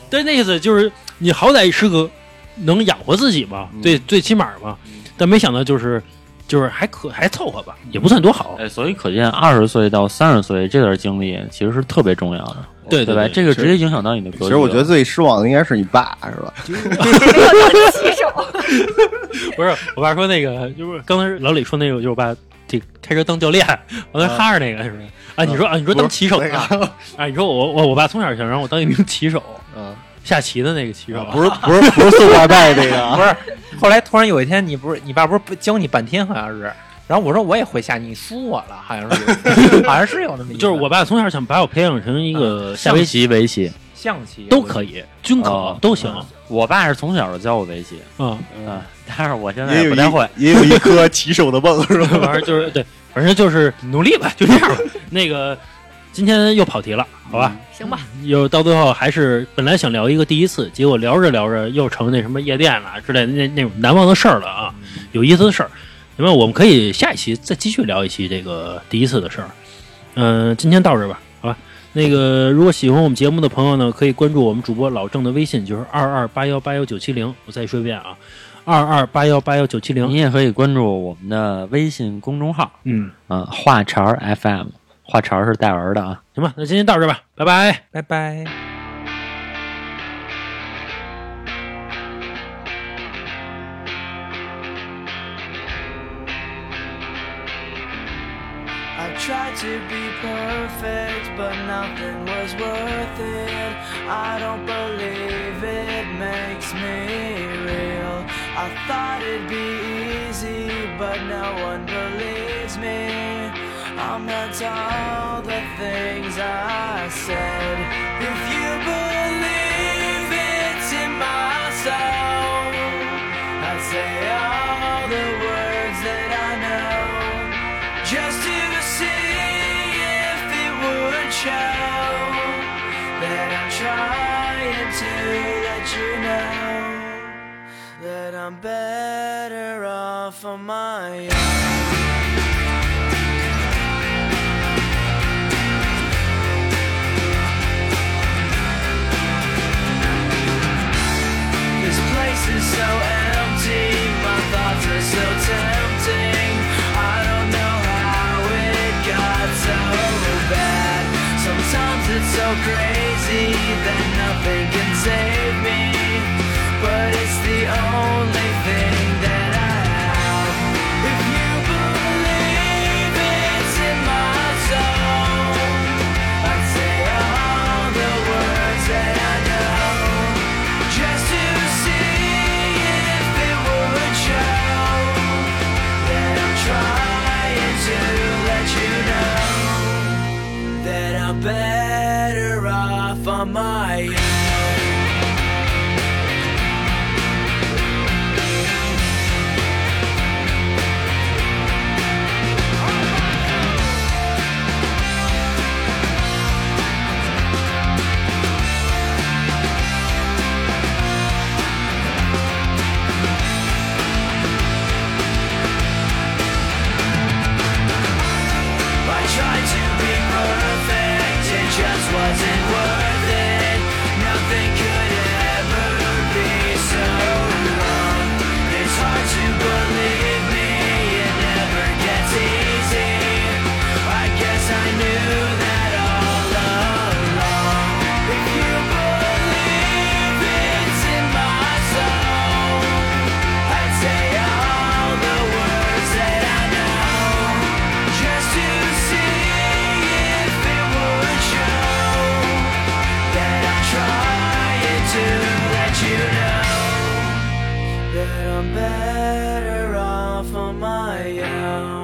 但是那意思就是你好歹是个能养活自己嘛，嗯最最起码嘛。但没想到就是就是还可还凑合吧，也不算多好。哎，所以可见二十岁到三十岁这段经历其实是特别重要的，对对吧吧？？这个直接影响到你的格局。其实我觉得最失望的应该是你爸，是吧？不是我爸说那个，就是刚才老李说那个，就是我爸这个开车当教练，我在哈着那个是不啊是？啊，你说啊，你说当骑手啊？啊，你说我我我爸从小想让我当一名骑手，啊嗯，下棋的那个棋手，不是不是不是送外卖那个不啊，是， 后来突然有一天，你不是你爸不是教你半天，好像是。然后我说我也会下，你输我了，好像是 有，好像是有那么一个，就是我爸从小想把我培养成一个下围棋棋、围棋，象棋都可以，啊均可哦都行我爸是从小就教我围棋，啊。嗯，但是我现在也也有不太一会，也有一颗骑手的梦是吧？这玩意儿就是对，反正就是努力吧，就这样吧。 那个今天又跑题了，好吧？行吧，又到最后还是本来想聊一个第一次，结果聊着聊着又成那什么夜店了之类的那那种难忘的事儿了啊，有意思的事儿。那么我们可以下一期再继续聊一期这个第一次的事儿。嗯、今天到这儿吧，好吧。那个如果喜欢我们节目的朋友呢，可以关注我们主播老郑的微信，就是二二八幺八幺九七零。我再说一遍啊，二二八幺八幺九七您零。也可以关注我们的微信公众号，嗯，嗯，话茬儿 FM，话茬儿是带儿的啊。行吧，那今天到这儿吧，拜拜。拜拜。 I tried to be perfect, but nothing was worth it. I don't believe it makes me real. I thought it'd be easy, but no one believes me. I'm not all the things I said. If you believe it's in my soul, I'd say all the words that I know just to see if it would show that I'm trying to let you know that I'm better off on my own. This place is so empty, my thoughts are so tempting. I don't know how it got so bad. Sometimes it's so crazy that nothing can save me, but it's the only thing that I have. If you believe it's in my soul, I'd say all the words that I know. Just to see if it would show that I'm trying to let you know that I'm better off on my own. I tried to be perfect, it just wasn't worth it. Nothing could ever be so wrong. It's hard to believe me, it never gets easy. I guess I knew that all along. If you believe it's in my soul, I'd say all the words that I know. Just to see if it would show that I'm trying to let you know that I'm better off on my own.